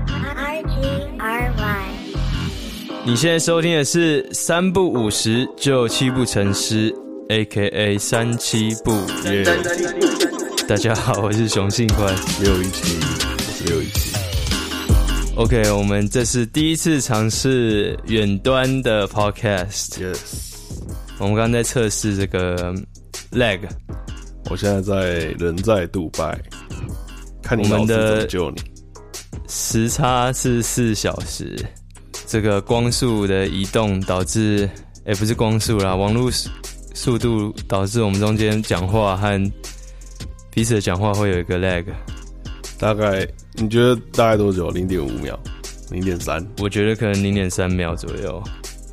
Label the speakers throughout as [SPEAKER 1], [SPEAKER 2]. [SPEAKER 1] R G R Y。
[SPEAKER 2] 你现在收听的是《三不五十就七步成诗》，A.K.A. 三七步乐。大家好，我是熊信宽。
[SPEAKER 3] 六一七，我是六一七，
[SPEAKER 2] OK，我们这是第一次尝试远端的 Podcast。
[SPEAKER 3] yes，
[SPEAKER 2] 我们刚刚在测试这个 lag，
[SPEAKER 3] 我现在在人在杜拜，看你
[SPEAKER 2] 我
[SPEAKER 3] 老
[SPEAKER 2] 们
[SPEAKER 3] 师
[SPEAKER 2] 的
[SPEAKER 3] 怎么救你。
[SPEAKER 2] 时差是四小时，这个光速的移动导致，哎、不是光速啦，网络速速度导致我们中间讲话和彼此的讲话会有一个 lag。
[SPEAKER 3] 大概你觉得大概多久？零点五秒，零点三，
[SPEAKER 2] 我觉得可能零点三秒左右，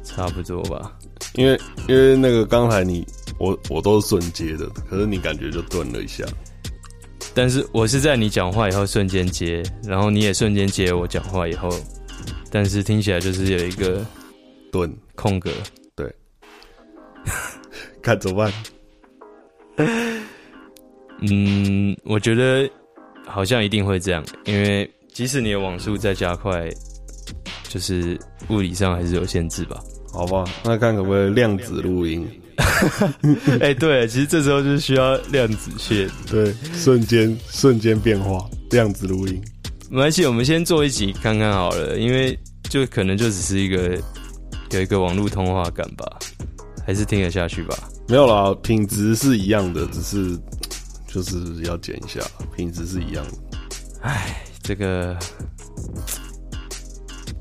[SPEAKER 2] 差不多吧。
[SPEAKER 3] 因为因为那个刚才你我我都是瞬接的，可是你感觉就顿了一下。
[SPEAKER 2] 但是我是在你讲话以后瞬间接，然后你也瞬间接我讲话以后，但是听起来就是有一个
[SPEAKER 3] 顿，
[SPEAKER 2] 空格。
[SPEAKER 3] 对，看怎么办？
[SPEAKER 2] 嗯，我觉得好像一定会这样，因为即使你的网速再加快，就是物理上还是有限制吧。
[SPEAKER 3] 好吧，那看可不可以量子录音？
[SPEAKER 2] 哎、对，其实这时候就是需要量子线。
[SPEAKER 3] 对，瞬间瞬间变化，量子录音。
[SPEAKER 2] 没关系，我们先做一集看看好了，因为就可能就只是一个有一个网络通话感吧，还是听得下去吧。
[SPEAKER 3] 没有啦，品质是一样的，只是就是要剪一下，品质是一样的。
[SPEAKER 2] 这个，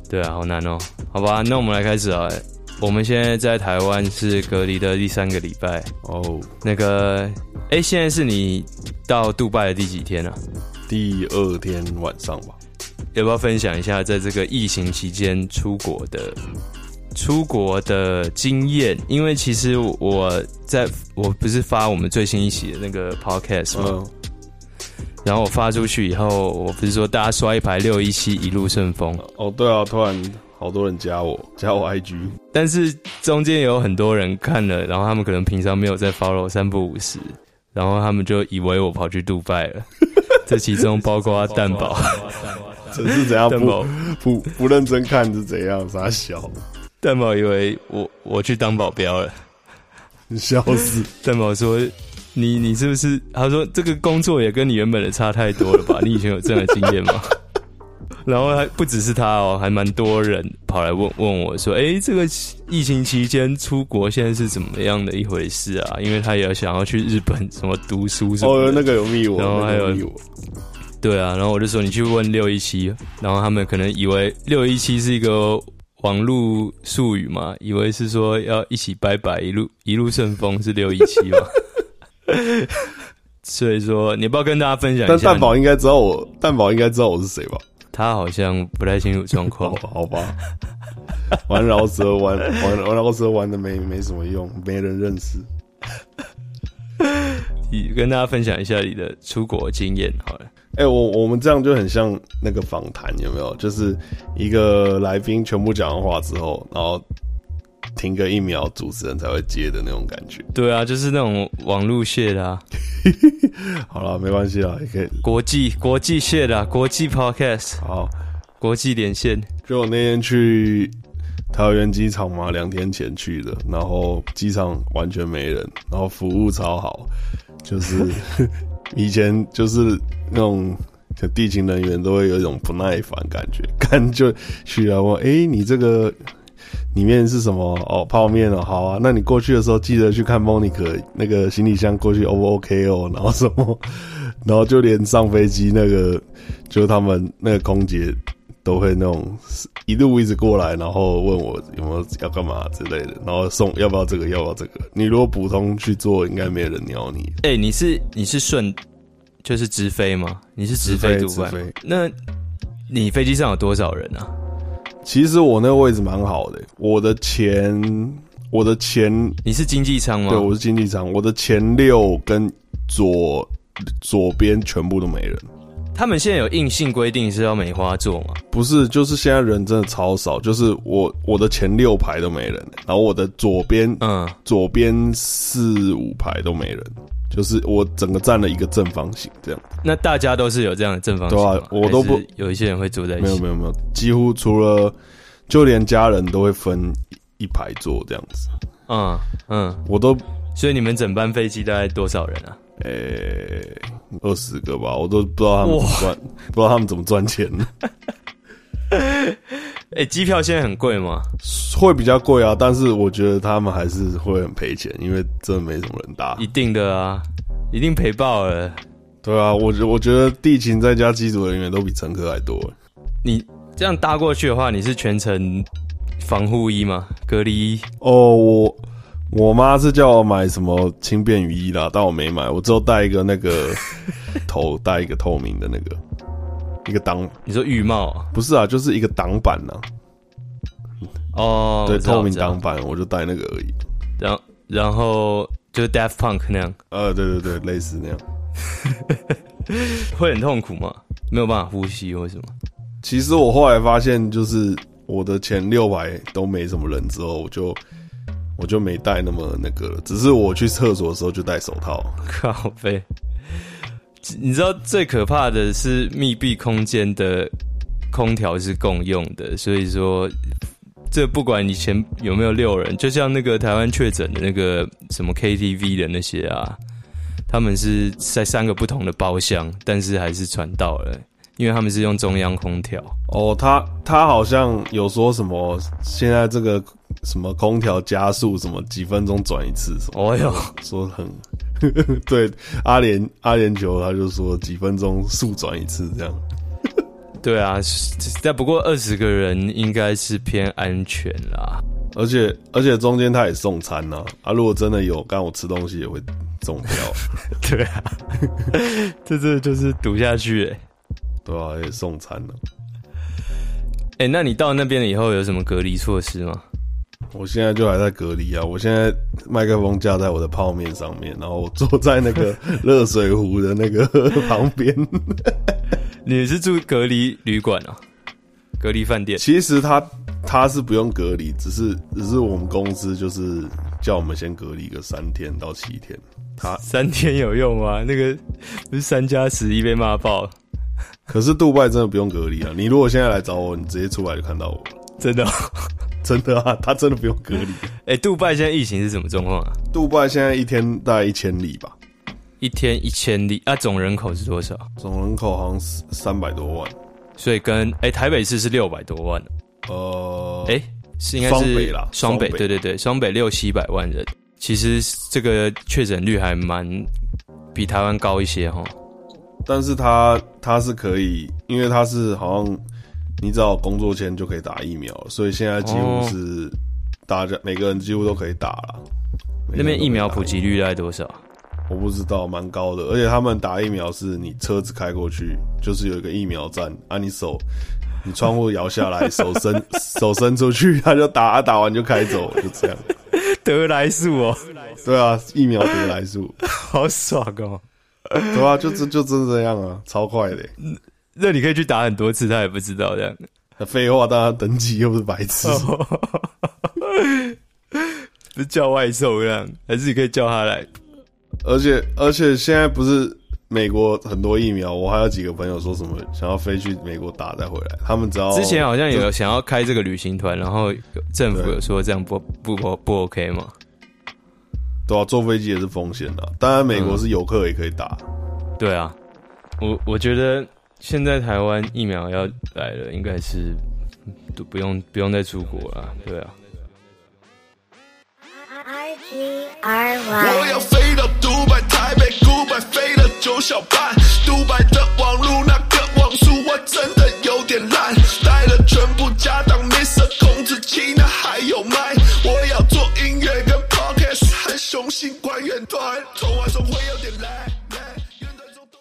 [SPEAKER 2] 对啊，好难哦。好吧，那我们来开始啊。我们现在在台湾是隔离的第三个礼拜。
[SPEAKER 3] 哦，
[SPEAKER 2] 那个，哎、现在是你到杜拜的第几天啊？
[SPEAKER 3] 第二天晚上吧，
[SPEAKER 2] 要不要分享一下在这个疫情期间出国的出国的经验？因为其实我我在我不是发我们最新一期的那个 podcast 吗？
[SPEAKER 3] 嗯，
[SPEAKER 2] 然后我发出去以后，我不是说大家刷一排六一七一路顺风，
[SPEAKER 3] 哦，对啊，突然好多人加我， 加我 IG，
[SPEAKER 2] 但是中间有很多人看了，然后他们可能平常没有在 follow 三不五十，然后他们就以为我跑去杜拜 了。这其中包括蛋宝，
[SPEAKER 3] 这是怎样
[SPEAKER 2] 蛋宝
[SPEAKER 3] 不不不认真看是怎样？傻小，
[SPEAKER 2] 蛋宝以为我我去当保镖了。
[SPEAKER 3] 笑死！
[SPEAKER 2] 蛋宝说：“你你是不是？”他说：“这个工作也跟你原本的差太多了吧？你以前有这样的经 验吗？”然后还不只是他哦，还蛮多人跑来问问我说：“诶，这个疫情期间出国现在是怎么样的一回事啊？”因为他也想要去日本什么读书什么
[SPEAKER 3] 哦，
[SPEAKER 2] 的。
[SPEAKER 3] 那个有密我，
[SPEAKER 2] 然后
[SPEAKER 3] 那个
[SPEAKER 2] 还有
[SPEAKER 3] 密我，
[SPEAKER 2] 对啊，然后我就说你去问六一七，然后他们可能以为六一七是一个网络术语嘛，以为是说要一起拜拜，一路一路顺风是六一七嘛。 所以说，你要不要跟大家分享一
[SPEAKER 3] 但
[SPEAKER 2] 下？
[SPEAKER 3] 蛋宝应该知道我，蛋宝应该知道我是谁吧？
[SPEAKER 2] 他好像不太清楚状况
[SPEAKER 3] 好。好吧，玩饶舌玩玩玩饶舌玩的没没什么用，没人认识。
[SPEAKER 2] 你跟大家分享一下你的出国经验好了。
[SPEAKER 3] 哎、我我们这样就很像那个访谈，有没有？就是一个来宾全部讲完话之后，然后停个一秒，主持人才会接的那种感觉。
[SPEAKER 2] 对啊，就是那种网路蟹啦，
[SPEAKER 3] 好了，没关系啦，也可以。
[SPEAKER 2] 国际国际蟹啦，国际 podcast，
[SPEAKER 3] 好，
[SPEAKER 2] 国际连线。
[SPEAKER 3] 就我那天去桃园机场嘛，两天前去的，然后机场完全没人，然后服务超好，就是以前就是那种。地勤人员都会有一种不耐烦感觉，看就去了问，哎、你这个里面是什么？哦，泡面哦，好啊。那你过去的时候记得去看 Monica 那个行李箱过去 O 不 OK 哦，然后什么， 然后就连上飞机那个，就他们那个空姐都会那种一路一直过来，然后问我有没有要干嘛之类的，然后送要不要这个，要不要这个。你如果普通去做，应该没人鸟你。
[SPEAKER 2] 哎、你是你是顺，就是直飞吗？你是直飞
[SPEAKER 3] 飞
[SPEAKER 2] 杜
[SPEAKER 3] 直
[SPEAKER 2] 拜吗
[SPEAKER 3] 飞？
[SPEAKER 2] 那你飞机上有多少人啊？
[SPEAKER 3] 其实我那个位置蛮好的、我的前我的前
[SPEAKER 2] 你是经济舱吗？
[SPEAKER 3] 对，我是经济舱，我的前六跟左左边全部都没人。
[SPEAKER 2] 他们现在有硬性规定是要梅花座吗？
[SPEAKER 3] 不是，就是现在人真的超少，就是我我的前六排都没人、然后我的左边、
[SPEAKER 2] 嗯，
[SPEAKER 3] 左边四五排都没人，就是我整个占了一个正方形这样。
[SPEAKER 2] 那大家都是有这样的正方形吗，
[SPEAKER 3] 对啊我都不
[SPEAKER 2] 还是有一些人会坐在一
[SPEAKER 3] 没有
[SPEAKER 2] 起，
[SPEAKER 3] 没有没有，几乎除了就连家人都会分一排坐这样子。
[SPEAKER 2] 嗯嗯，
[SPEAKER 3] 我都
[SPEAKER 2] 所以你们整班飞机大概多少人啊？
[SPEAKER 3] 诶二十个吧，我都不知道他们怎么赚，不知道他们怎么赚钱 的，
[SPEAKER 2] 哎、机票现在很贵吗？
[SPEAKER 3] 会比较贵啊。但是我觉得他们还是会很赔钱，因为真的没什么人搭
[SPEAKER 2] 一。定的啊，一定赔爆了。
[SPEAKER 3] 对啊，我觉我觉得地勤再加机组人员都比乘客还多。欸
[SPEAKER 2] 你这样搭过去的话，你是全程防护衣吗？隔离衣？
[SPEAKER 3] 哦，我我妈是叫我买什么轻便雨衣啦，但我没买，我只有带一个那个头戴一个透明的那个一个挡，
[SPEAKER 2] 你说浴帽啊？
[SPEAKER 3] 不是啊，就是一个挡板呐、
[SPEAKER 2] 哦，
[SPEAKER 3] 对，
[SPEAKER 2] 我知道
[SPEAKER 3] 透明。
[SPEAKER 2] 我知
[SPEAKER 3] 挡
[SPEAKER 2] 道
[SPEAKER 3] 板，我就带那个而已。
[SPEAKER 2] 然后然后就是 Daft Punk 那样，
[SPEAKER 3] 呃，对对对，类似那样。
[SPEAKER 2] 会很痛苦吗？没有办法呼吸或什么？
[SPEAKER 3] 其实我后来发现，就是我的前六排都没什么人，之后我就我就没带那么那个了。只是我去厕所的时候就戴手套。
[SPEAKER 2] 靠背。你知道最可怕的是密闭空间的空调是共用的，所以说这不管你前有没有六人，就像那个台湾确诊的那个什么 KTV 的那些啊，他们是在三个不同的包厢，但是还是传到了，因为他们是用中央空调。
[SPEAKER 3] 哦，他他好像有说什么，现在这个什么空调加速什么几分钟转一次什么，
[SPEAKER 2] 哦哟，
[SPEAKER 3] 说很 对阿联阿联酋他就说几分钟速转一次这样。
[SPEAKER 2] 对啊，是但不过二十个人应该是偏安全啦。
[SPEAKER 3] 而且而且中间他也送餐呐、啊，如果真的有，刚我吃东西也会中标，
[SPEAKER 2] 对啊， 这这就是赌下去、欸。
[SPEAKER 3] 对吧、也送餐啊了、
[SPEAKER 2] 哎、那你到那边了以后有什么隔离措施吗？
[SPEAKER 3] 我现在就还在隔离啊！我现在麦克风架在我的泡面上面，然后我坐在那个热水壶的那个 旁边。
[SPEAKER 2] 你是住隔离旅馆啊？隔离饭店？
[SPEAKER 3] 其实他他是不用隔离，只是只是我们公司就是叫我们先隔离个三天到七天。他
[SPEAKER 2] 三天有用吗？那个不是三加十一被骂爆，
[SPEAKER 3] 可是杜拜真的不用隔离啊！你如果现在来找我，你直接出来就看到我，
[SPEAKER 2] 真的、哦。
[SPEAKER 3] 真的啊，他真的不用隔离。
[SPEAKER 2] 哎、杜拜现在疫情是什么状况啊？
[SPEAKER 3] 杜拜现在一天大概一千例吧，
[SPEAKER 2] 一天一千例啊，总人口是多少？
[SPEAKER 3] 总人口好像是三百多万。
[SPEAKER 2] 所以跟哎、台北市是六百多万，
[SPEAKER 3] 呃，
[SPEAKER 2] 哎、是应该
[SPEAKER 3] 双
[SPEAKER 2] 是
[SPEAKER 3] 北啦
[SPEAKER 2] 双北
[SPEAKER 3] 双北
[SPEAKER 2] 对对对，双北六七百万人，其实这个确诊率还蛮比台湾高一些哦哈。
[SPEAKER 3] 但是他他是可以，因为他是好像你只要有工作签就可以打疫苗，所以现在几乎
[SPEAKER 2] 哦
[SPEAKER 3] 是大家、每个人几乎都可以打了。每
[SPEAKER 2] 那
[SPEAKER 3] 个人
[SPEAKER 2] 边
[SPEAKER 3] 都
[SPEAKER 2] 疫苗
[SPEAKER 3] 可以打
[SPEAKER 2] 普及率大概多少？
[SPEAKER 3] 我不知道，蛮高的。而且他们打疫苗是你车子开过去，就是有一个疫苗站，啊，你手你窗户摇下来，手伸 手伸出去，他就打，啊打完就开走，就这样。
[SPEAKER 2] 得来速哦，
[SPEAKER 3] 对啊，疫苗得来速，
[SPEAKER 2] 好爽哦！
[SPEAKER 3] 对啊，就就就真的这样啊，超快的欸。
[SPEAKER 2] 那你可以去打很多次，他也不知道这样。
[SPEAKER 3] 那废话，大家等级又不是白痴。
[SPEAKER 2] 哦不是叫外送这样，还是你可以叫他来？
[SPEAKER 3] 而且而且现在不是美国很多疫苗，我还有几个朋友说什么想要飞去美国打再回来，他们只要
[SPEAKER 2] 之前好像有想要开这个旅行团，然后政府
[SPEAKER 3] 对
[SPEAKER 2] 有说这样不不不不 OK 吗？
[SPEAKER 3] 对啊，坐飞机也是风险的、当然，美国是游客也可以打，
[SPEAKER 2] 对啊，我我觉得现在台湾疫苗要来了，应该是都不用不用再出国了。对啊，
[SPEAKER 1] R G R
[SPEAKER 4] 我
[SPEAKER 1] Y.
[SPEAKER 4] 要飞到杜拜、台北、古拜，飞了九小半。杜拜的网路那个网速我真的有点烂，带了全部家当，Mr. 孔子奇那还有麦。我要做音乐跟 Podcast，和雄心管远端，从晚上会有点累。累远端从东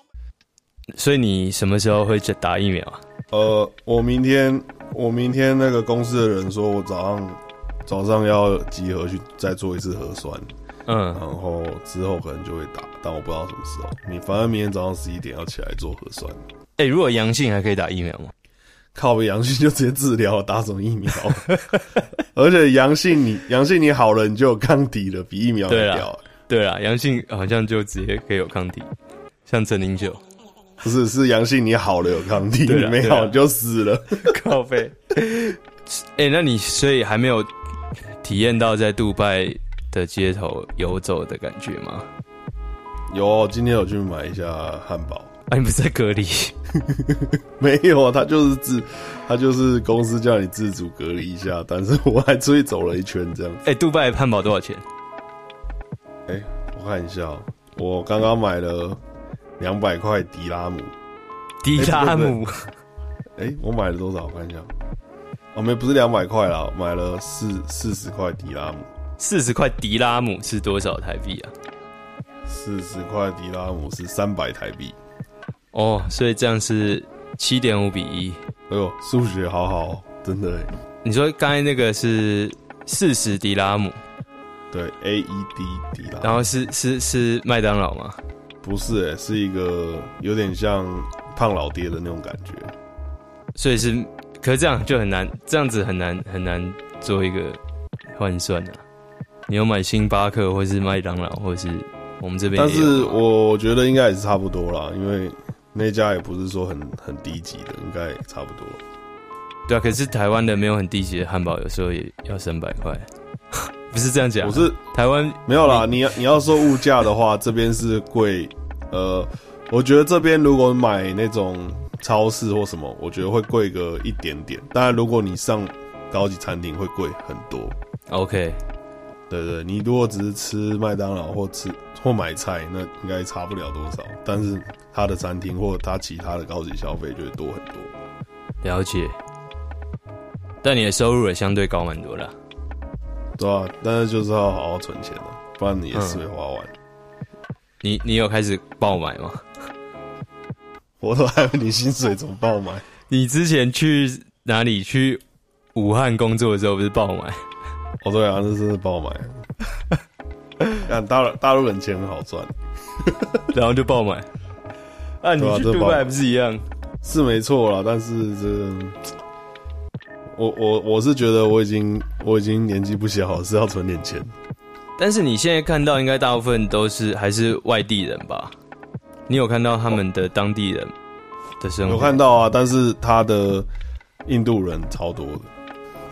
[SPEAKER 2] 所以你什么时候会去打疫苗啊？
[SPEAKER 3] 呃，我明天我明天那个公司的人说我早上早上要集合去再做一次核酸，
[SPEAKER 2] 嗯
[SPEAKER 3] 然，后之后可能就会打，但我不知道什么时候。你反正明天早上十一点要起来做核酸，
[SPEAKER 2] 哎、如果阳性还可以打疫苗吗？
[SPEAKER 3] 靠北阳性就直接治疗，打什么疫苗？ 而且阳性你阳性你好了，你就有抗体了，比疫苗还
[SPEAKER 2] 对啦啊
[SPEAKER 3] 屌。
[SPEAKER 2] 对啦，阳性好像就直接可以有抗体，像陈零九，
[SPEAKER 3] 不是是阳性，你好了有抗体，
[SPEAKER 2] 对
[SPEAKER 3] 你
[SPEAKER 2] 啊
[SPEAKER 3] 没
[SPEAKER 2] 对啊
[SPEAKER 3] 好就死了。
[SPEAKER 2] 靠背。哎、那你所以还没有体验到在杜拜的街头游走的感觉吗？
[SPEAKER 3] 有，今天有去买一下汉堡。
[SPEAKER 2] 啊，你不是在隔离？
[SPEAKER 3] 没有啊，他就是自，他就是公司叫你自主隔离一下，但是我还出去走了一圈这样。
[SPEAKER 2] 哎、杜拜汉堡多少钱？
[SPEAKER 3] 哎、我看一下哦、我刚刚买了两百块迪拉姆。
[SPEAKER 2] 迪拉姆、
[SPEAKER 3] 哎、我买了多少？我看一下，哦，没，不是两百块啦，我买了四四十块迪拉姆，
[SPEAKER 2] 四十块迪拉姆是多少台币啊？
[SPEAKER 3] 四十块迪拉姆是三百台币。
[SPEAKER 2] 哦，所以这样是七点五比一。
[SPEAKER 3] 哎呦，数学好好哦，真的、欸。
[SPEAKER 2] 你说刚才那个是四十迪拉姆，
[SPEAKER 3] 对，A E D 迪拉姆，
[SPEAKER 2] 然后是是是麦当劳吗？
[SPEAKER 3] 不是、欸，是一个有点像胖老爹的那种感觉。
[SPEAKER 2] 所以是，可是这样就很难，这样子很难很难做一个换算啊。你有买星巴克，或是麦当劳，或是我们这边
[SPEAKER 3] 但
[SPEAKER 2] 也有啊嘛，
[SPEAKER 3] 是我觉得应该也是差不多啦，因为那家也不是说很很低级的，应该也差不多。
[SPEAKER 2] 对啊，可是台湾的没有很低级的汉堡，有时候也要三百块， 不是这样讲啊。
[SPEAKER 3] 我是
[SPEAKER 2] 台湾
[SPEAKER 3] 没有啦，你要你要说物价的话，这边是贵，呃，我觉得这边如果买那种超市或什么，我觉得会贵个一点点。当然，如果你上高级餐厅会贵很多。
[SPEAKER 2] OK，
[SPEAKER 3] 对对，你如果只是吃麦当劳或吃或买菜，那应该差不了多少。但是它的餐厅或它其他的高级消费就会多很多。
[SPEAKER 2] 了解。但你的收入也相对高蛮多的啊、
[SPEAKER 3] 对啊，但是就是要好好存钱啊，不然你也是会花完。
[SPEAKER 2] 你你有开始爆买吗？
[SPEAKER 3] 我都还有你薪水怎么爆买？
[SPEAKER 2] 你之前去哪里？去武汉工作的时候不是爆买？
[SPEAKER 3] 哦，对啊，那真是爆买。 但大陆大陆人钱很好赚，
[SPEAKER 2] 然后就爆买。啊，你
[SPEAKER 3] 对啊
[SPEAKER 2] 去
[SPEAKER 3] 这
[SPEAKER 2] 杜
[SPEAKER 3] 爆
[SPEAKER 2] 拜
[SPEAKER 3] 买
[SPEAKER 2] 不是一样？
[SPEAKER 3] 是没错啦。但是这，我我我是觉得我已经我已经年纪不小了，是要存点钱。
[SPEAKER 2] 但是你现在看到，应该大部分都是还是外地人吧？你有看到他们的当地人的生活？
[SPEAKER 3] 有看到啊，但是他的印度人超多的，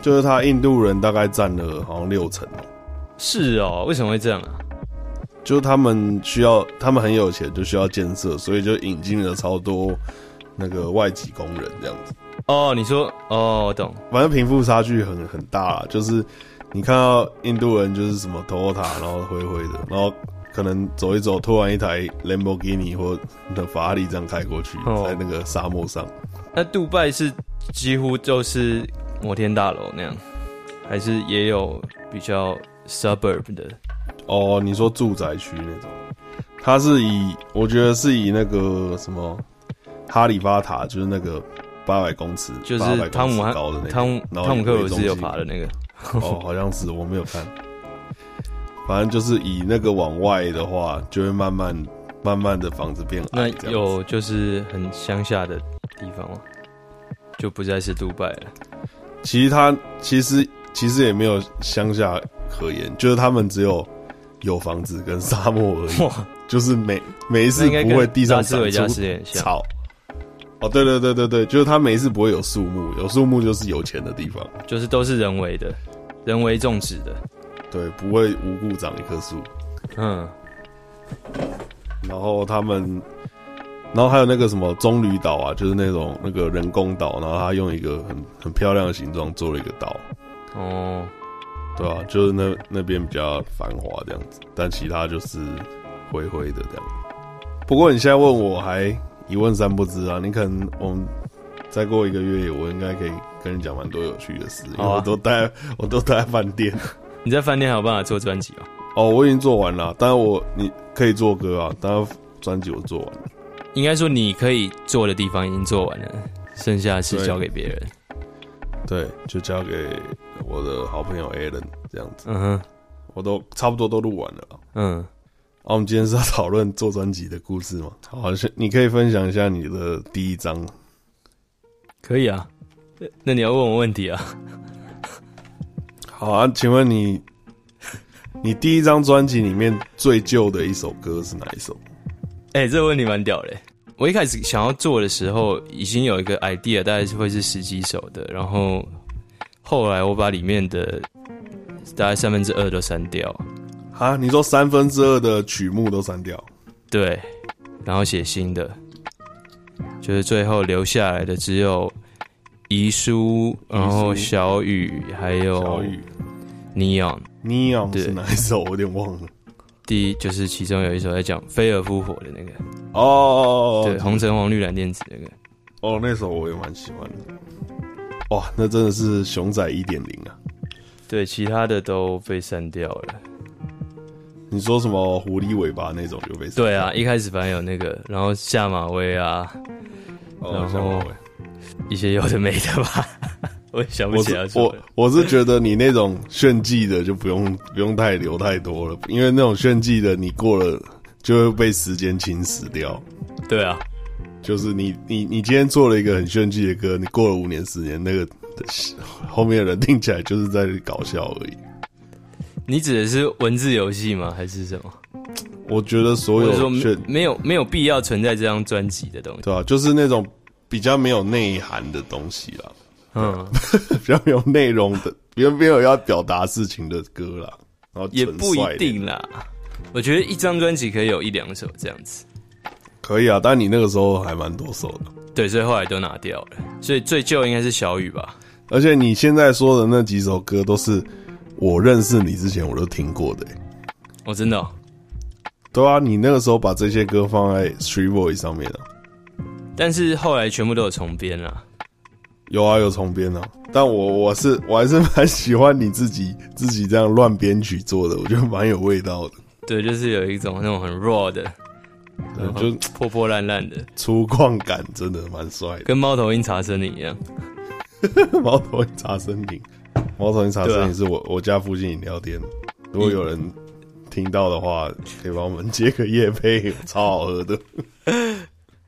[SPEAKER 3] 就是他印度人大概占了好像六成哦、
[SPEAKER 2] 是哦，为什么会这样啊？
[SPEAKER 3] 就是他们需要，他们很有钱，就需要建设，所以就引进了超多那个外籍工人这样子。
[SPEAKER 2] 哦，你说哦，我懂，
[SPEAKER 3] 反正贫富差距很很大 啦，就是你看到印度人就是什么 Toyota，然后灰灰的，然后可能走一走，突然一台 Lamborghini 或的法拉利这样开过去，
[SPEAKER 2] 哦
[SPEAKER 3] 在那个沙漠上。
[SPEAKER 2] 那杜拜是几乎就是摩天大楼那样，还是也有比较 suburb 的？
[SPEAKER 3] 哦，你说住宅区那种，它是以我觉得是以那个什么哈利法塔，就是那个八百公尺，
[SPEAKER 2] 就
[SPEAKER 3] 800公
[SPEAKER 2] 是
[SPEAKER 3] 尺
[SPEAKER 2] 汤姆汉
[SPEAKER 3] 高的那个
[SPEAKER 2] 汤姆
[SPEAKER 3] 然后
[SPEAKER 2] 汤姆克鲁
[SPEAKER 3] 有
[SPEAKER 2] 斯
[SPEAKER 3] 一
[SPEAKER 2] 有
[SPEAKER 3] 中心
[SPEAKER 2] 爬的那个，
[SPEAKER 3] 哦，好像是我没有看。反正就是以那个往外的话，就会慢慢慢慢的房子变
[SPEAKER 2] 那
[SPEAKER 3] 矮。啊这样子
[SPEAKER 2] 有就是很乡下的地方吗？就不再是杜拜了。
[SPEAKER 3] 其实它其实其实也没有乡下可言，就是他们只有有房子跟沙漠而 已，
[SPEAKER 2] 哇，
[SPEAKER 3] 就是每每一
[SPEAKER 2] 那
[SPEAKER 3] 次
[SPEAKER 2] 应该
[SPEAKER 3] 不
[SPEAKER 2] 跟
[SPEAKER 3] 会地上
[SPEAKER 2] 拉斯
[SPEAKER 3] 长
[SPEAKER 2] 维加
[SPEAKER 3] 出
[SPEAKER 2] 斯有点像。
[SPEAKER 3] 草。哦，对对对对对，就是它每一次不会有树木，有树木就是有钱的地方，
[SPEAKER 2] 就是都是人为的，人为种植的。
[SPEAKER 3] 对，不会无故长一棵树。
[SPEAKER 2] 嗯，
[SPEAKER 3] 然后他们，然后还有那个什么棕榈岛啊，就是那种那个人工岛，然后他用一个很很漂亮的形状做了一个岛，
[SPEAKER 2] 哦，
[SPEAKER 3] 对吧、就是那那边比较繁华这样子，但其他就是灰灰的这样。不过你现在问我还一问三不知啊，你可能我们再过一个月，我应该可以跟你讲蛮多有趣的事，因为
[SPEAKER 2] 好啊
[SPEAKER 3] 我都待在我都待在饭店。
[SPEAKER 2] 你在饭店还有办法做专辑哦？
[SPEAKER 3] 哦，我已经做完了，当然我你可以做歌啊，当然专辑我做完了。
[SPEAKER 2] 应该说你可以做的地方已经做完了，剩下的事
[SPEAKER 3] 对
[SPEAKER 2] 交给别人。
[SPEAKER 3] 对，就交给我的好朋友 Alan 这样子，
[SPEAKER 2] 嗯哼，
[SPEAKER 3] 我都差不多都录完了啦。
[SPEAKER 2] 嗯，
[SPEAKER 3] 啊，我们今天是要讨论做专辑的故事吗？好，是你可以分享一下你的第一张。
[SPEAKER 2] 可以啊。呃那你要问我问题啊？
[SPEAKER 3] 好啊，请问你你第一张专辑里面最旧的一首歌是哪一首？
[SPEAKER 2] 哎、这个问题蛮屌的。我一开始想要做的时候，已经有一个 idea，大概是会是十几首的。然后后来我把里面的大概三分之二都删掉，
[SPEAKER 3] 哈，啊你说三分之二的曲目都删掉，
[SPEAKER 2] 对，然后写新的，就是最后留下来的只有遗书，然后小雨，还
[SPEAKER 3] 小
[SPEAKER 2] 有
[SPEAKER 3] 雨
[SPEAKER 2] Neon。
[SPEAKER 3] Neon
[SPEAKER 2] 对
[SPEAKER 3] 哦是哪一首？我有点忘了。
[SPEAKER 2] 第一就是其中有一首在讲飞蛾扑火的那个，
[SPEAKER 3] 哦哦哦
[SPEAKER 2] 对，
[SPEAKER 3] 哦
[SPEAKER 2] 红橙黄绿蓝靛紫那个，
[SPEAKER 3] 哦，哦，那首我也蛮喜欢的。哇，那真的是熊仔一点零啊！
[SPEAKER 2] 对，其他的都被删掉了。
[SPEAKER 3] 你说什么狐狸尾巴那种就被删
[SPEAKER 2] 对啊，一开始反正有那个，然后下马威啊，
[SPEAKER 3] 哦
[SPEAKER 2] 然后
[SPEAKER 3] 像我
[SPEAKER 2] 一些有的没的吧， 我也想不
[SPEAKER 3] 我
[SPEAKER 2] 起来
[SPEAKER 3] 是
[SPEAKER 2] 说
[SPEAKER 3] 我
[SPEAKER 2] 了。
[SPEAKER 3] 我是觉得你那种炫技的就不用不用太留太多了，因为那种炫技的你过了就会被时间侵蚀掉。
[SPEAKER 2] 对啊，
[SPEAKER 3] 就是你你你今天做了一个很炫技的歌，你过了五年十年，那个 后面的人听起来就是在搞笑而已。
[SPEAKER 2] 你指的是文字游戏吗？还是什么？
[SPEAKER 3] 我觉得所
[SPEAKER 2] 或者
[SPEAKER 3] 有
[SPEAKER 2] 说
[SPEAKER 3] 炫
[SPEAKER 2] 没有没有必要存在这张专辑的东西？
[SPEAKER 3] 对吧、啊就是那种比较没有内涵的东西啦，
[SPEAKER 2] 嗯，
[SPEAKER 3] 比较没有内容的， 比较没有要表达事情的歌啦。然后
[SPEAKER 2] 也
[SPEAKER 3] 纯
[SPEAKER 2] 不
[SPEAKER 3] 帅
[SPEAKER 2] 一
[SPEAKER 3] 的
[SPEAKER 2] 定啦。我觉得一张专辑可以有一两首这样子。
[SPEAKER 3] 可以啊，但你那个时候还蛮多首的。
[SPEAKER 2] 对，所以后来都拿掉了。所以最旧应该是小雨吧？
[SPEAKER 3] 而且你现在说的那几首歌都是我认识你之前我都听过的、欸，
[SPEAKER 2] 哦，真的、哦，
[SPEAKER 3] 对啊，你那个时候把这些歌放在 Three Boy 上面啊，
[SPEAKER 2] 但是后来全部都有重编啦。
[SPEAKER 3] 有啊有重编啊，但我我是我还是蛮喜欢你自己自己这样乱编曲做的，我觉得蛮有味道的，
[SPEAKER 2] 对，就是有一种那种很 raw 的，然后
[SPEAKER 3] 就
[SPEAKER 2] 破破烂烂的，
[SPEAKER 3] 粗犷感真的蛮帅的。
[SPEAKER 2] 跟猫头鹰茶森林一样。
[SPEAKER 3] 猫头鹰茶森林，猫头鹰茶森
[SPEAKER 2] 对
[SPEAKER 3] 林
[SPEAKER 2] 啊
[SPEAKER 3] 是我、我家附近饮料店，如果有人听到的话，可以帮我们接个夜配，超好喝的。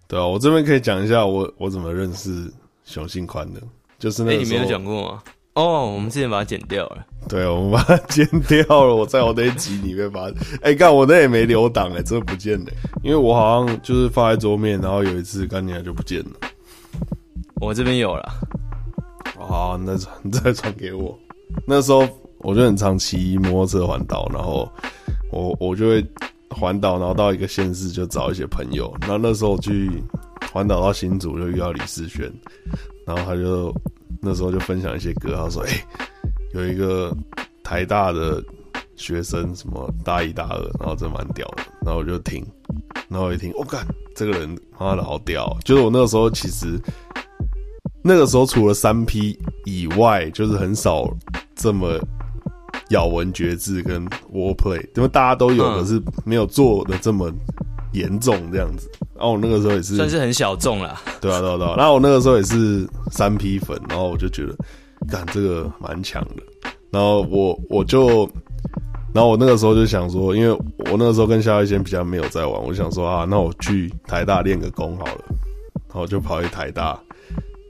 [SPEAKER 3] 对啊，我这边可以讲一下我我怎么认识熊信宽的，就是
[SPEAKER 2] 哎、
[SPEAKER 3] 那个
[SPEAKER 2] 你
[SPEAKER 3] 时
[SPEAKER 2] 没
[SPEAKER 3] 候，
[SPEAKER 2] 有讲过吗？哦，我们之前把它剪掉了。
[SPEAKER 3] 对，啊我们把它剪掉了，我在我那一集里面把它， 哎、干我那也没留档哎、真的不见了、因为我好像就是放在桌面，然后有一次干娘就不见了，
[SPEAKER 2] 我这边有了，
[SPEAKER 3] 啊，那你再传 给我。那时候我就很常骑摩托车环岛，然后我我就会环岛，然后到一个县市就找一些朋友。然后那时候我去环岛到新竹就遇到李世轩，然后他就那时候就分享一些歌，他说：“哎、有一个台大的学生，什么大一大二，然后真蛮屌的。”然后我就听，然后我一听，我、干，这个人妈的好屌哦！就是我那个时候其实。那个时候除了三 P 以外，就是很少这么咬文嚼字跟 wordplay，因为大家都有，
[SPEAKER 2] 嗯
[SPEAKER 3] 可是没有做的这么严重这样子。然后我那个时候也是，
[SPEAKER 2] 算是很小众啦。
[SPEAKER 3] 对啊对啊对啊。然后我那个时候也是三 P 粉，然后我就觉得，干这个蛮强的。然后我我就，然后我那个时候就想说，因为我那个时候跟夏一先比较没有在玩，我想说啊，那我去台大练个功好了。然后我就跑去台大，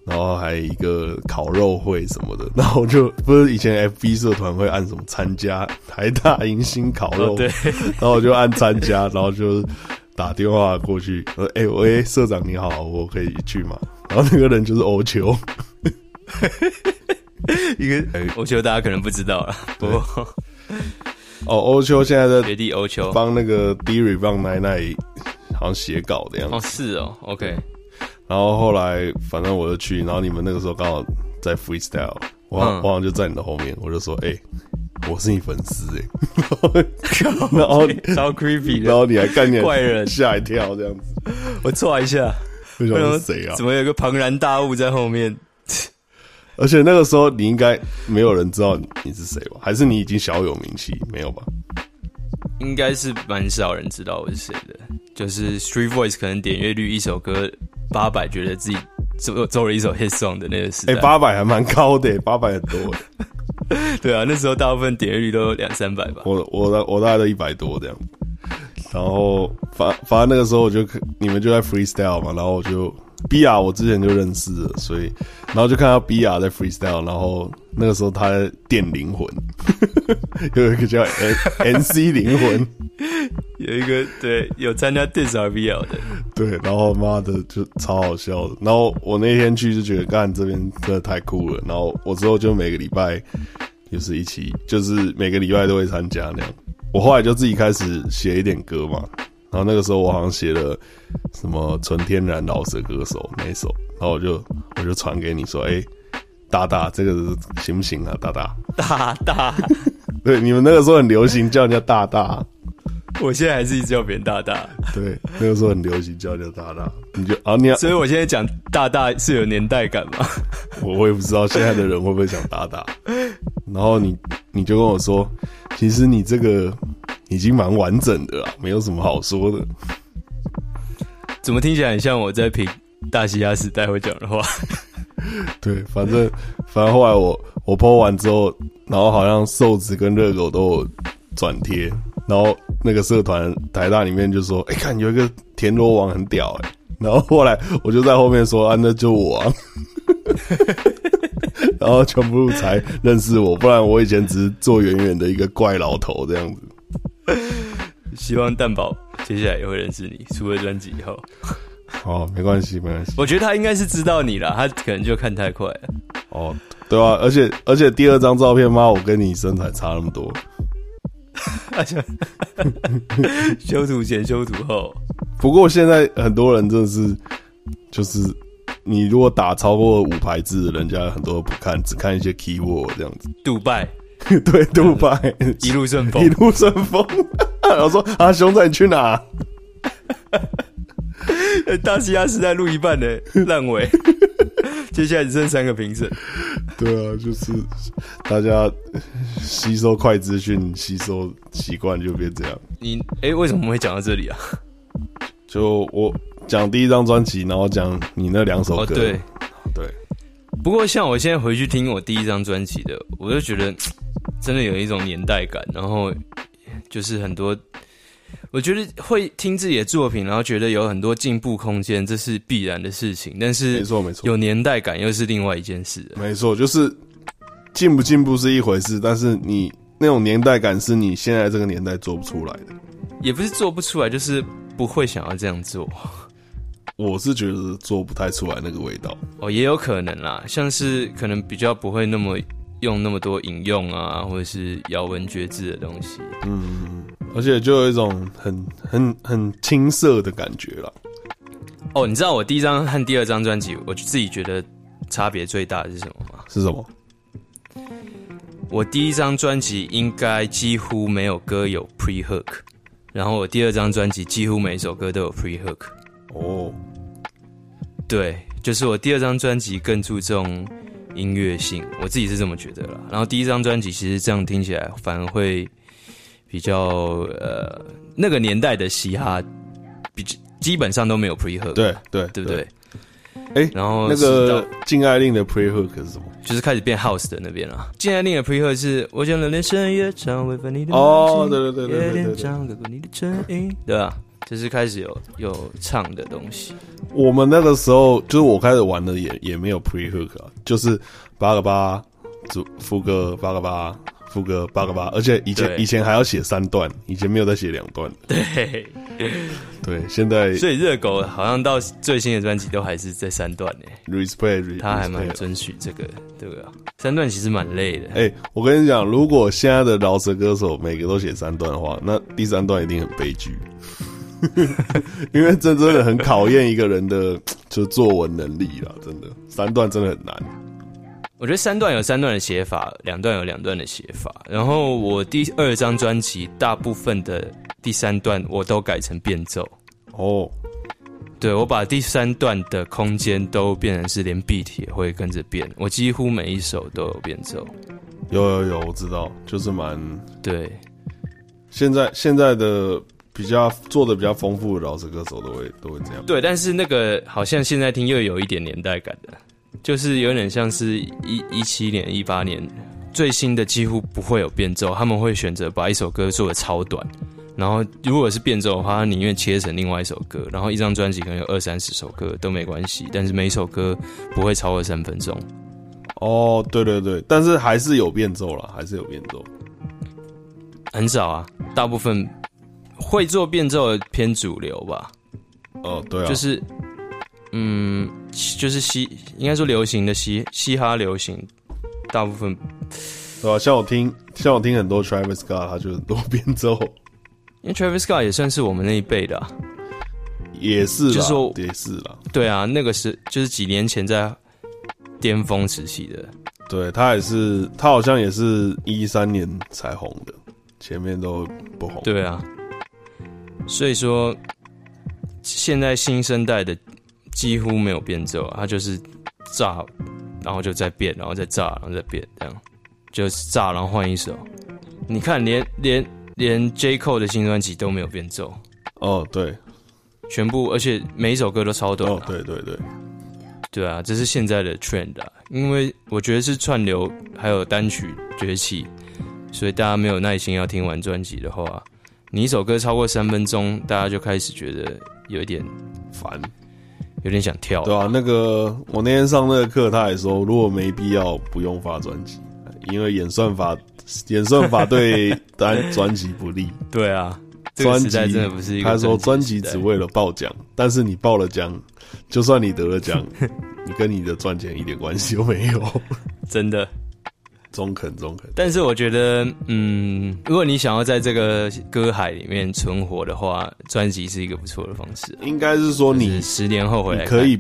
[SPEAKER 3] 然后还一个烤肉会什么的，然后我就不是以前 FB 社团会按什么参加台大迎新烤肉，
[SPEAKER 2] 哦对
[SPEAKER 3] 然后我就按参加，然后就打电话过去，呃，哎、喂、社长你好，我可以去吗？然后那个人就是欧 球，
[SPEAKER 2] 一个，
[SPEAKER 3] 哎
[SPEAKER 2] 我觉得大家可能不知道了。不过
[SPEAKER 3] 哦，欧球现在
[SPEAKER 2] 学
[SPEAKER 3] 在
[SPEAKER 2] 弟欧秋，
[SPEAKER 3] 帮那个 Diri 帮奶奶好像写稿的样子
[SPEAKER 2] 哦，，是哦，OK，
[SPEAKER 3] 然后后来反正我就去，然后你们那个时候刚好在 freestyle，我好、
[SPEAKER 2] 嗯
[SPEAKER 3] 我好像就在你的后面，我就说，哎、我是你粉丝 哎、然后
[SPEAKER 2] 超 creepy
[SPEAKER 3] 然后
[SPEAKER 2] 的，
[SPEAKER 3] 你还干点
[SPEAKER 2] 怪人
[SPEAKER 3] 吓一跳这样子，
[SPEAKER 2] 我错一下，
[SPEAKER 3] 不知
[SPEAKER 2] 不
[SPEAKER 3] 道
[SPEAKER 2] 然
[SPEAKER 3] 是谁啊
[SPEAKER 2] 怎？么有一个庞然大物在后面？
[SPEAKER 3] 而且那个时候你应该没有人知道你你是谁吧？还是你已经小有名气？没有吧？
[SPEAKER 2] 应该是蛮少人知道我是谁的，就是 Street Voice 可能点阅率一首歌八百，觉得自己做做了一首 hit song 的那个时代。
[SPEAKER 3] 哎、八百还蛮高的、八百很多、欸。
[SPEAKER 2] 对啊，那时候大部分点阅率都有两三百吧。
[SPEAKER 3] 我我大我大概都一百多这样。然后反反正那个时候我就可你们就在 freestyle 嘛，然后我就比亚我之前就认识了，所以然后就看到比亚在 freestyle，然后那个时候他在电灵魂， 有一个叫 N N C 灵魂，
[SPEAKER 2] 有一个对有参加 Dis RBL 的，
[SPEAKER 3] 对，然后妈的就超好笑的。然后我那天去就觉得，干这边真的太酷了。然后我之后就每个礼拜就是一起，就是每个礼拜都会参加那样。我后来就自己开始写一点歌嘛，然后那个时候我好像写了什么“纯天然老舌歌手”那一首，然后我就我就传给你说，哎、大大这个行不行啊？大大，
[SPEAKER 2] 大大，
[SPEAKER 3] 对，你们那个时候很流行叫人家大大，
[SPEAKER 2] 我现在还是一直叫别人大大，
[SPEAKER 3] 对，那个时候很流行叫人家大大，你就啊，你要
[SPEAKER 2] 所以我现在讲大大是有年代感嘛？
[SPEAKER 3] 我我也不知道现在的人会不会想打打。然后你你就跟我说，其实你这个已经蛮完整的啦，没有什么好说的。
[SPEAKER 2] 怎么听起来很像我在评大西亚时代会讲的话？
[SPEAKER 3] 对，反正反正后来我我 PO 完之后，然后好像瘦子跟热狗都有转贴，然后那个社团台大里面就说，哎、看有一个田螺王很屌哎、然后后来我就在后面说，啊，那就我、啊。 然后全部才认识我，不然我以前只是坐远远的一个怪老头这样子。
[SPEAKER 2] 希望蛋宝接下来也会认识你，出了专辑以后，
[SPEAKER 3] 哦，没关系，没关系。
[SPEAKER 2] 我觉得他应该是知道你了，他可能就看太快了。
[SPEAKER 3] 哦，对啊，而且而且第二张照片，妈，我跟你身材差那么多。
[SPEAKER 2] 而且修图前修图后，
[SPEAKER 3] 不过现在很多人真的是，就是你如果打超过五排字，人家很多不看，只看一些 keyword 这样子。
[SPEAKER 2] 杜拜
[SPEAKER 3] 对，杜拜
[SPEAKER 2] 一 路顺风
[SPEAKER 3] 一，路顺风。 然后说啊，熊仔你去哪？
[SPEAKER 2] 大西亚时代录一半的烂尾，接下来只剩三个评审。
[SPEAKER 3] 对啊，就是大家吸收快资讯，吸收习惯就变这样。
[SPEAKER 2] 你哎、为什么会讲到这里啊？
[SPEAKER 3] 就我讲第一张专辑，然后讲你那两首歌。
[SPEAKER 2] 哦，对，
[SPEAKER 3] 对，
[SPEAKER 2] 不过像我现在回去听我第一张专辑的，我就觉得真的有一种年代感，然后就是很多，我觉得会听自己的作品，然后觉得有很多进步空间，这是必然的事情。但是
[SPEAKER 3] 没错没错
[SPEAKER 2] 有年代感又是另外一件事了。
[SPEAKER 3] 没错，就是进不进步是一回事，但是你那种年代感是你现在这个年代做不出来的。
[SPEAKER 2] 也不是做不出来，就是不会想要这样做。
[SPEAKER 3] 我是觉得做不太出来那个味道。
[SPEAKER 2] 哦，也有可能啦，像是可能比较不会那么用那么多引用啊，或者是咬文嚼字的东西。
[SPEAKER 3] 而且就有一种很很很青涩的感觉啦。
[SPEAKER 2] 哦，你知道我第一张和第二张专辑，我自己觉得差别最大的是什么吗？
[SPEAKER 3] 是什么？
[SPEAKER 2] 我第一张专辑应该几乎没有歌有 pre hook，然后我第二张专辑几乎每一首歌都有 pre hook。
[SPEAKER 3] 哦，
[SPEAKER 2] 对，就是我第二张专辑更注重音乐性，我自己是这么觉得啦。然后第一张专辑其实这样听起来反而会比较呃那个年代的嘻哈，比基本上都没有 pre hook，
[SPEAKER 3] 对对
[SPEAKER 2] 对不对？
[SPEAKER 3] 哎，
[SPEAKER 2] 然后
[SPEAKER 3] 那
[SPEAKER 2] 是到
[SPEAKER 3] 个禁爱令的 pre hook 是什么？
[SPEAKER 2] 就是开始变 house 的那边了。现在另一个 pre hook 是我讲的人生越长，违反你的
[SPEAKER 3] 哦
[SPEAKER 2] 梦
[SPEAKER 3] 对对对
[SPEAKER 2] 境
[SPEAKER 3] 对对
[SPEAKER 2] 夜
[SPEAKER 3] 对
[SPEAKER 2] 店
[SPEAKER 3] 对
[SPEAKER 2] 长，隔过你的唇印，对吧？就是开始有有唱的东西，
[SPEAKER 3] 我们那个时候就是我开始玩的也也没有 pre hook 啊，就是八个八主副歌八个八副歌八个八，而且以前
[SPEAKER 2] 对
[SPEAKER 3] 以前还要写三段，以前没有再写两段。
[SPEAKER 2] 对。
[SPEAKER 3] 对，现在
[SPEAKER 2] 所以热狗好像到最新的专辑都还是在三段呢、
[SPEAKER 3] respect，
[SPEAKER 2] 他还蛮
[SPEAKER 3] respect
[SPEAKER 2] 遵循这个，对不对？三段其实蛮累的，
[SPEAKER 3] 哎、我跟你讲，如果现在的饶舌歌手每个都写三段的话，那第三段一定很悲剧， 因为这真的很考验一个人的就是作文能力啦，真的，三段真的很难。
[SPEAKER 2] 我觉得三段有三段的写法，两段有两段的写法。然后我第二张专辑大部分的第三段我都改成变奏，
[SPEAKER 3] 哦，
[SPEAKER 2] 对我把第三段的空间都变成是连 beat 也会跟着变，我几乎每一首都有变奏。
[SPEAKER 3] 有有有，我知道，就是蛮
[SPEAKER 2] 对，
[SPEAKER 3] 现在现在的比较做的比较丰富的饶舌歌手都会都会这样。
[SPEAKER 2] 对，但是那个好像现在听又有一点年代感的，就是有点像是一一七年、一八年最新的几乎不会有变奏，他们会选择把一首歌做的超短，然后如果是变奏的话，他宁愿切成另外一首歌，然后一张专辑可能有二三十首歌都没关系，但是每首歌不会超过三分钟。
[SPEAKER 3] 哦，对对对，但是还是有变奏了，还是有变奏。
[SPEAKER 2] 很少啊，大部分会做变奏的偏主流吧，
[SPEAKER 3] 哦，对啊，
[SPEAKER 2] 就是嗯，西就是嘻，应该说流行的嘻嘻哈流行，大部分
[SPEAKER 3] 对啊，像我听，像我听很多 Travis Scott，他就很多变奏，
[SPEAKER 2] 因为 Travis Scott 也算是我们那一辈的、啊，
[SPEAKER 3] 也是啦，
[SPEAKER 2] 就是说
[SPEAKER 3] 也是啦，
[SPEAKER 2] 对啊，那个是就是几年前在巅峰时期的，
[SPEAKER 3] 对他也是，他好像也是一三年才红的，前面都不红。
[SPEAKER 2] 对啊，所以说现在新生代的几乎没有变奏、啊，它就是炸，然后就再变，然后再炸，然后再变，这样就是炸，然后换一首。你看连，连连 J Cole 的新专辑都没有变奏，
[SPEAKER 3] 哦，对，
[SPEAKER 2] 全部而且每一首歌都超短、啊
[SPEAKER 3] 哦，对对对，
[SPEAKER 2] 对啊，这是现在的 trend 啊，因为我觉得是串流还有单曲崛起，所以大家没有耐心要听完专辑的话，你一首歌超过三分钟，大家就开始觉得有一点
[SPEAKER 3] 烦，
[SPEAKER 2] 有点想跳。
[SPEAKER 3] 对啊，那个我那天上那个课，他也说，如果没必要，不用发专辑，因为演算法演算法对单专辑不利。
[SPEAKER 2] 对啊， 这个
[SPEAKER 3] 专
[SPEAKER 2] 时
[SPEAKER 3] 辑
[SPEAKER 2] 代真的不是一个
[SPEAKER 3] 他说专
[SPEAKER 2] 专
[SPEAKER 3] 辑
[SPEAKER 2] 辑
[SPEAKER 3] 只为了爆奖，但是你爆了奖，就算你得 了奖，你跟你的赚钱一点关系都没有。
[SPEAKER 2] 真的。
[SPEAKER 3] 中肯，中肯。
[SPEAKER 2] 但是我觉得，嗯，如果你想要在这个歌海里面存活的话，专辑是一个不错的方式啊、
[SPEAKER 3] 应该是说
[SPEAKER 2] 就
[SPEAKER 3] 你
[SPEAKER 2] 是十年后回来
[SPEAKER 3] 你
[SPEAKER 2] 看
[SPEAKER 3] 可以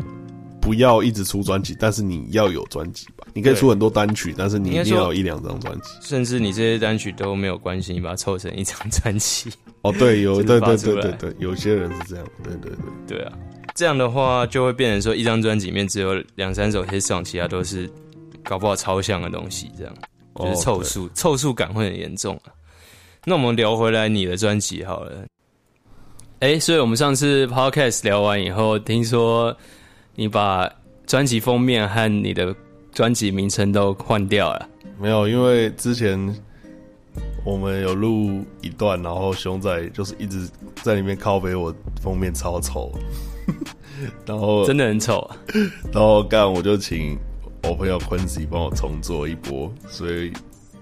[SPEAKER 3] 不要一直出专辑，但是你要有专辑吧？你可以
[SPEAKER 2] 对
[SPEAKER 3] 出很多单曲，但是你
[SPEAKER 2] 应
[SPEAKER 3] 一
[SPEAKER 2] 该
[SPEAKER 3] 定
[SPEAKER 2] 说
[SPEAKER 3] 要有一两张专辑。
[SPEAKER 2] 甚至你这些单曲都没有关系，你把它凑成一张专辑。
[SPEAKER 3] 哦，对，有，
[SPEAKER 2] 就是
[SPEAKER 3] 对
[SPEAKER 2] 发
[SPEAKER 3] 对
[SPEAKER 2] 出
[SPEAKER 3] 对
[SPEAKER 2] 来
[SPEAKER 3] 对对，有些人是这样，对对对，
[SPEAKER 2] 对啊，这样的话就会变成说，一张专辑里面只有两三首 hit song，其他都是搞不好超像的东西，这样就是凑
[SPEAKER 3] 哦
[SPEAKER 2] 数，凑数感会很严重啊。那我们聊回来你的专辑好了。哎、所以我们上次 podcast 聊完以后，听说你把专辑封面和你的专辑名称都换掉了。
[SPEAKER 3] 对没有，因为之前我们有录一段，然后熊仔就是一直在里面靠背我封面超丑， 然后
[SPEAKER 2] 真的很丑啊！
[SPEAKER 3] 然后干我就请我朋友 Quincy 帮我重做一波，所以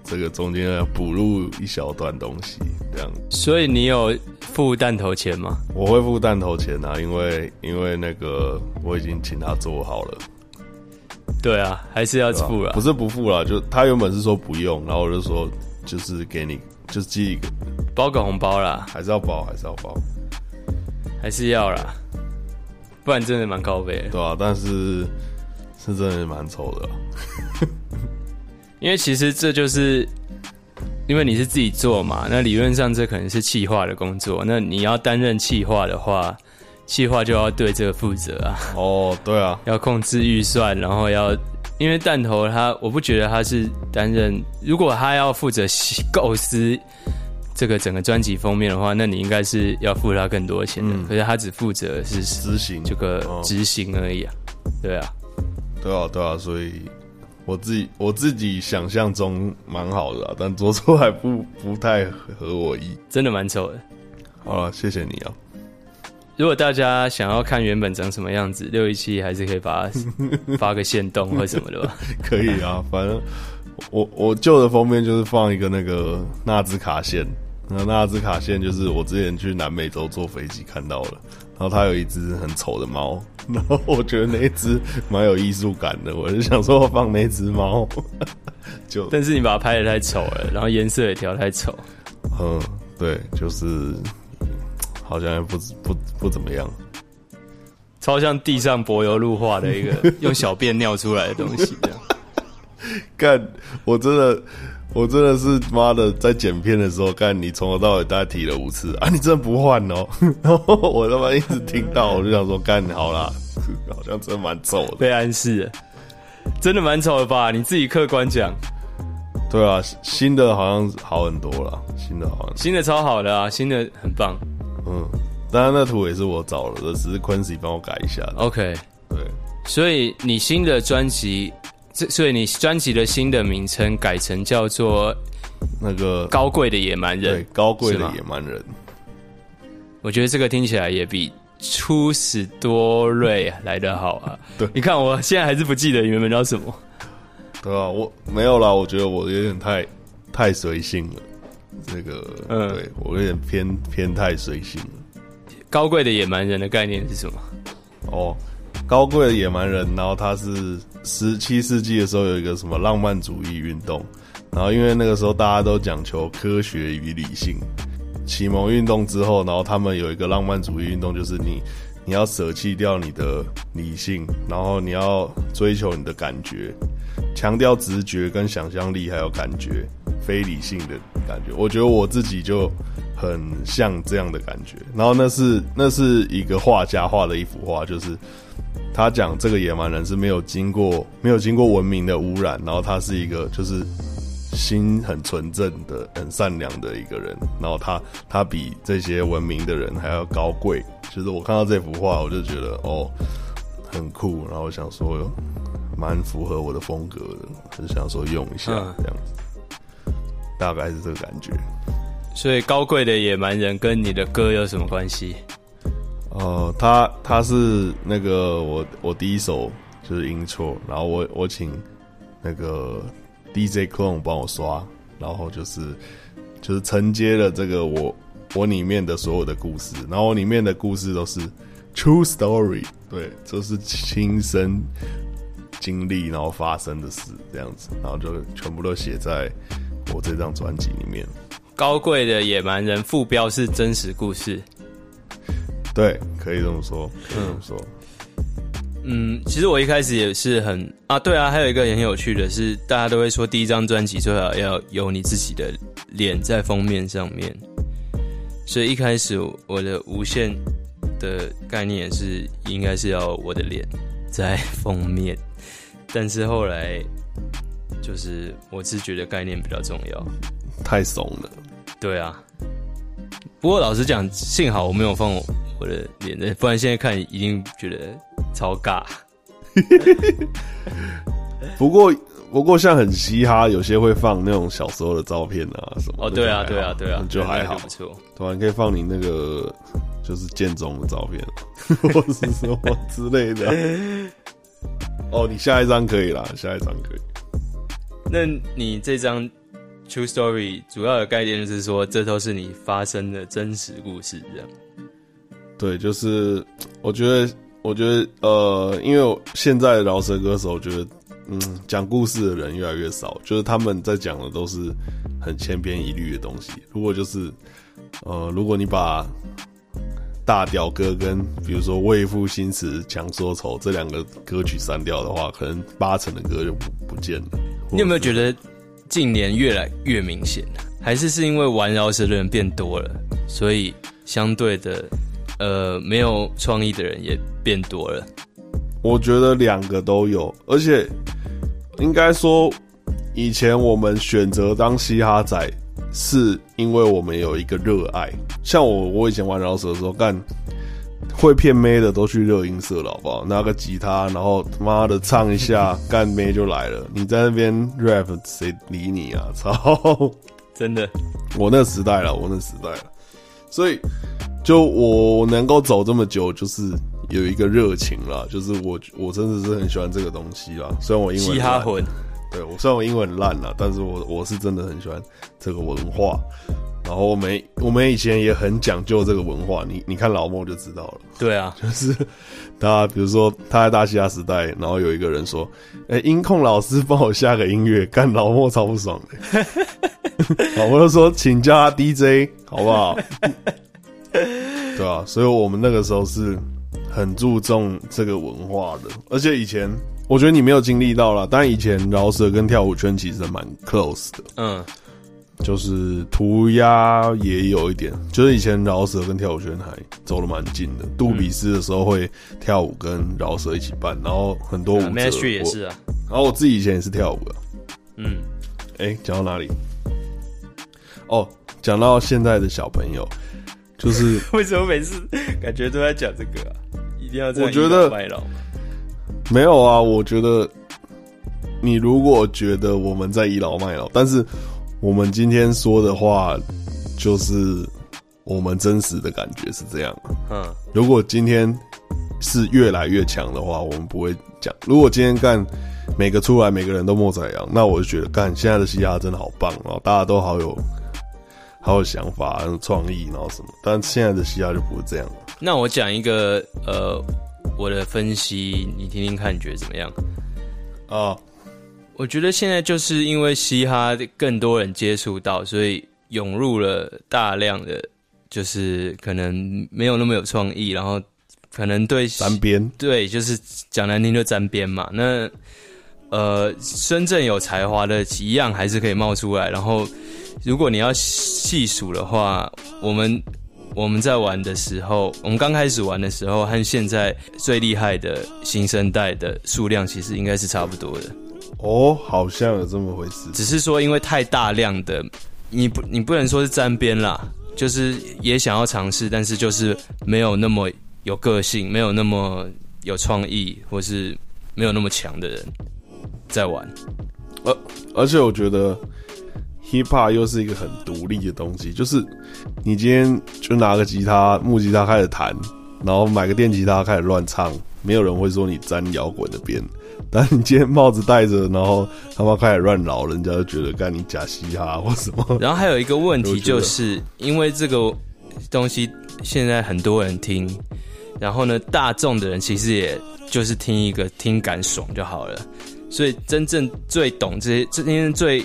[SPEAKER 3] 这个中间要补录一小段东西，这样
[SPEAKER 2] 所以你有付弹头钱吗？
[SPEAKER 3] 我会付弹头钱啊，因为因为那个我已经请他做好了，
[SPEAKER 2] 对啊，还是要
[SPEAKER 3] 对吧
[SPEAKER 2] 付啊
[SPEAKER 3] 不。是不付了，就他原本是说不用，然后我就说就是给你，就寄一个，
[SPEAKER 2] 包个红包啦。
[SPEAKER 3] 还是要包，还是要包，
[SPEAKER 2] 还是要啦，不然真的蛮高倍的。
[SPEAKER 3] 对吧、但是是真的蛮丑的啊、
[SPEAKER 2] 因为其实这就是因为你是自己做嘛，那理论上这可能是企划的工作。那你要担任企划的话，企划就要对这个负责啊，
[SPEAKER 3] 哦，对啊，
[SPEAKER 2] 要控制预算，然后要因为弹头他，我不觉得他是担任，如果他要负责构思。这个整个专辑封面的话，那你应该是要付他更多钱的。可是他只负责是
[SPEAKER 3] 执行
[SPEAKER 2] 这个
[SPEAKER 3] 哦
[SPEAKER 2] 执行而已啊，对啊。
[SPEAKER 3] 对啊，对啊，所以我自己我自己想象中蛮好的、啊，但做出来不不太合我意。
[SPEAKER 2] 真的蛮丑的。
[SPEAKER 3] 好了，谢谢你啊。
[SPEAKER 2] 如果大家想要看原本长什么样子，六一七还是可以把 它发个线动或什么的吧。
[SPEAKER 3] 可以啊，反正我我旧的封面就是放一个那个纳兹卡线，那纳兹卡线就是我之前去南美洲坐飞机看到了，然后它有一只很丑的猫， 然后我觉得那只蛮有艺术感的，我就想说放那只猫， 就
[SPEAKER 2] 但是你把它拍的太丑了，然后颜色也调太丑，
[SPEAKER 3] 嗯对，就是好像也不不不怎么样，
[SPEAKER 2] 超像地上柏油路画的一 个用小便尿出来的东西这样。
[SPEAKER 3] 干，我真的，我真的是妈的，在剪片的时候，干你从头到尾大概提了五次啊，你真的不换哦， 然后我他妈一直听到，我就想说干好啦，好像真的蛮丑的。
[SPEAKER 2] 被暗示了，真的蛮丑的吧？你自己客观讲，
[SPEAKER 3] 对啊，新的好像好很多了，新的好像
[SPEAKER 2] 新的超好的啊，新的很棒。
[SPEAKER 3] 嗯，当然那图也是我找了的，只是 Quincy 帮我改一下的。
[SPEAKER 2] OK，
[SPEAKER 3] 对，
[SPEAKER 2] 所以你新的专辑，这所以你专辑的新的名称改成叫做
[SPEAKER 3] 那个
[SPEAKER 2] 《高贵的野蛮
[SPEAKER 3] 对
[SPEAKER 2] 人》，
[SPEAKER 3] 高贵
[SPEAKER 2] 是
[SPEAKER 3] 的
[SPEAKER 2] 吗
[SPEAKER 3] 野蛮人，
[SPEAKER 2] 我觉得这个听起来也比初始多瑞来得好啊。
[SPEAKER 3] 对
[SPEAKER 2] 你看我现在还是不记得原本叫什么，
[SPEAKER 3] 对啊，我没有啦，我觉得我有点太太随性了。这个，
[SPEAKER 2] 嗯
[SPEAKER 3] 对我有点偏偏太随性了。
[SPEAKER 2] 高贵的野蛮人的概念是什么？
[SPEAKER 3] 哦，高贵的野蛮人，然后他是十七世纪的时候有一个什么浪漫主义运动，然后因为那个时候大家都讲求科学与理性，启蒙运动之后，然后他们有一个浪漫主义运动，就是你你要舍弃掉你的理性，然后你要追求你的感觉，强调直觉跟想象力还有感觉，非理性的感觉。我觉得我自己就很像这样的感觉。然后那是那是一个画家画的一幅画，就是他讲这个野蛮人是没有经过没有经过文明的污染，然后他是一个就是心很纯正的、很善良的一个人，然后他他比这些文明的人还要高贵。就是我看到这幅画，我就觉得哦很酷，然后我想说蛮符合我的风格的，就想说用一下、
[SPEAKER 2] 嗯
[SPEAKER 3] 这样子，大概是这个感觉。
[SPEAKER 2] 所以高贵的野蛮人跟你的歌有什么关系？
[SPEAKER 3] 哦，他他是那个我我第一首就是 intro，然后我我请那个 DJ Clone 帮我刷，然后就是就是承接了这个我我里面的所有的故事，然后我里面的故事都是 true story，对，就是亲身经历然后发生的事这样子，然后就全部都写在我这张专辑里面。
[SPEAKER 2] 高贵的野蛮人副标是真实故事。
[SPEAKER 3] 对，可以这么说，可以这么说。
[SPEAKER 2] 嗯，其实我一开始也是很啊，对啊，还有一个也很有趣的是，大家都会说第一张专辑最好要有你自己的脸在封面上面，所以一开始我的无限的概念也是应该是要我的脸在封面，但是后来就是我是觉得概念比较重要，
[SPEAKER 3] 太怂了。
[SPEAKER 2] 对啊。不过老实讲，幸好我没有放我我的脸在，不然现在看一定觉得超尬。
[SPEAKER 3] 不过不过像很嘻哈，有些会放那种小时候的照片啊什么的。
[SPEAKER 2] 哦，对啊，
[SPEAKER 3] 就
[SPEAKER 2] 对
[SPEAKER 3] 还好
[SPEAKER 2] 啊，对啊，
[SPEAKER 3] 就还好
[SPEAKER 2] 不。错。
[SPEAKER 3] 突然可以放你那个就是建中的照片， 或是什么之类的。 哦，你下一张可以啦，下一张可以。
[SPEAKER 2] 那你这张 True Story 主要的概念就是说，这都是你发生的真实故事，这样。
[SPEAKER 3] 对，就是我觉得，我觉得，呃，因为我现在的饶舌歌手，我觉得，嗯，讲故事的人越来越少，就是他们在讲的都是很千篇一律的东西。如果就是，呃，如果你把大屌哥跟比如说《为赋新词强说愁》这两个歌曲删掉的话，可能八成的歌就不不见了。
[SPEAKER 2] 你有没有
[SPEAKER 3] 得？
[SPEAKER 2] 觉得近年越来越明显？啊还是是因为玩饶舌的人变多了，所以相对的，呃，没有创意的人也变多了。
[SPEAKER 3] 我觉得两个都有，而且应该说，以前我们选择当嘻哈仔，是因为我们有一个热爱。像我，我以前玩饶舌的时候，干会骗妹的都去热音社了，好不好？拿个吉他，然后他妈的唱一下，干妹就来了。你在那边 rap，谁理你啊？操！
[SPEAKER 2] 真的，
[SPEAKER 3] 我那时代了，我那时代了，所以就我能够走这么久，就是有一个热情啦，就是我我真的是很喜欢这个东西啦。虽然我英文
[SPEAKER 2] 嘻哈
[SPEAKER 3] 烂
[SPEAKER 2] 魂，
[SPEAKER 3] 对我虽然我英文烂了，但是我我是真的很喜欢这个文化。然后我们我们以前也很讲究这个文化，你你看老莫就知道了。
[SPEAKER 2] 对啊，
[SPEAKER 3] 就是他，比如说他在大西亚时代，然后有一个人说：“哎、音控老师帮我下个音乐。”干老莫超不爽的，老莫就说：“请叫他 DJ 好不好？” 对啊，所以我们那个时候是很注重这个文化的，而且以前我觉得你没有经历到啦，但以前饶舌跟跳舞圈其实蛮 close 的，
[SPEAKER 2] 嗯，
[SPEAKER 3] 就是涂鸦也有一点，就是以前饶舌跟跳舞圈还走得蛮近的。杜比斯的时候会跳舞跟饶舌一起办，然后很多舞者、
[SPEAKER 2] m a s h 也是
[SPEAKER 3] 我
[SPEAKER 2] 啊，
[SPEAKER 3] 然后我自己以前也是跳舞的。
[SPEAKER 2] 嗯，
[SPEAKER 3] 哎，讲到哪里？哦，讲到现在的小朋友，就是
[SPEAKER 2] 为什么每次感觉都在讲这个啊？一定要这样
[SPEAKER 3] 我觉得
[SPEAKER 2] 倚老卖老吗
[SPEAKER 3] 没有啊，我觉得你如果觉得我们在倚老卖老，但是我们今天说的话，就是我们真实的感觉是这样啊。
[SPEAKER 2] 嗯，
[SPEAKER 3] 如果今天是越来越强的话，我们不会讲。如果今天干每个出来每个人都莫宰阳，那我就觉得干现在的嘻哈真的好棒哦，大家都好有好有想法、很有创意，然后什么。但现在的嘻哈就不是这样了。
[SPEAKER 2] 那我讲一个呃我的分析，你听听看，你觉得怎么样？
[SPEAKER 3] 啊，
[SPEAKER 2] 我觉得现在就是因为嘻哈更多人接触到，所以涌入了大量的就是可能没有那么有创意，然后可能对
[SPEAKER 3] 沾边
[SPEAKER 2] 对，就是讲难听就沾边嘛。那呃，真正有才华的一样还是可以冒出来。然后，如果你要细数的话，我们我们在玩的时候，我们刚开始玩的时候和现在最厉害的新生代的数量其实应该是差不多的。
[SPEAKER 3] 哦，好像有这么回事。
[SPEAKER 2] 只是说因为太大量的，你不你不能说是沾边啦，就是也想要尝试，但是就是没有那么有个性，没有那么有创意，或是没有那么强的人在玩。
[SPEAKER 3] 而而且我觉得 hip hop 又是一个很独立的东西，就是你今天就拿个吉他木吉他开始弹，然后买个电吉他开始乱唱，没有人会说你沾摇滚的边。但你今天帽子戴着，然后他妈开始乱饶，人家就觉得干你假嘻哈或什么。
[SPEAKER 2] 然后还有一个问
[SPEAKER 3] 我
[SPEAKER 2] 题
[SPEAKER 3] 觉得
[SPEAKER 2] 就是，因为这个东西现在很多人听，然后呢，大众的人其实也就是听一个听感爽就好了，所以真正最懂这些，这些最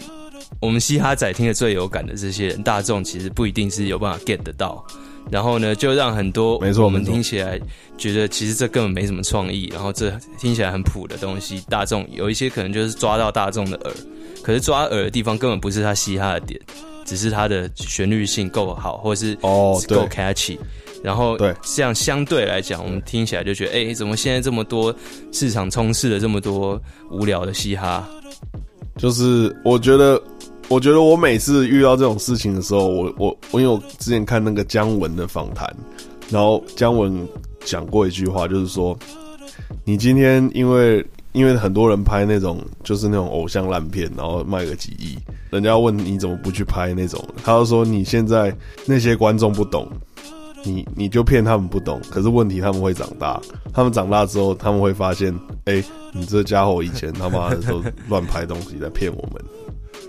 [SPEAKER 2] 我们嘻哈仔听的最有感的这些人，大众其实不一定是有办法 get 得到。然后呢，就让很多
[SPEAKER 3] 没错
[SPEAKER 2] 我们
[SPEAKER 3] 没错
[SPEAKER 2] 听起来觉得其实这根本没什么创意，然后这听起来很普的东西，大众有一些可能就是抓到大众的耳，可是抓耳的地方根本不是他嘻哈的点，只是它的旋律性够好，或是
[SPEAKER 3] 哦对
[SPEAKER 2] 够 catchy。然后
[SPEAKER 3] 对
[SPEAKER 2] 这样相对来讲，我们听起来就觉得，哎、怎么现在这么多市场充斥了这么多无聊的嘻哈？
[SPEAKER 3] 就是我觉得，我觉得我每次遇到这种事情的时候，我我我因为我之前看那个姜文的访谈，然后姜文讲过一句话，就是说，你今天因为因为很多人拍那种就是那种偶像烂片，然后卖个几亿，人家问你怎么不去拍那种，他就说你现在那些观众不懂。你你就骗他们不懂，可是问题他们会长大，他们长大之后他们会发现，哎、你这家伙以前他妈的都乱拍东西在骗我们，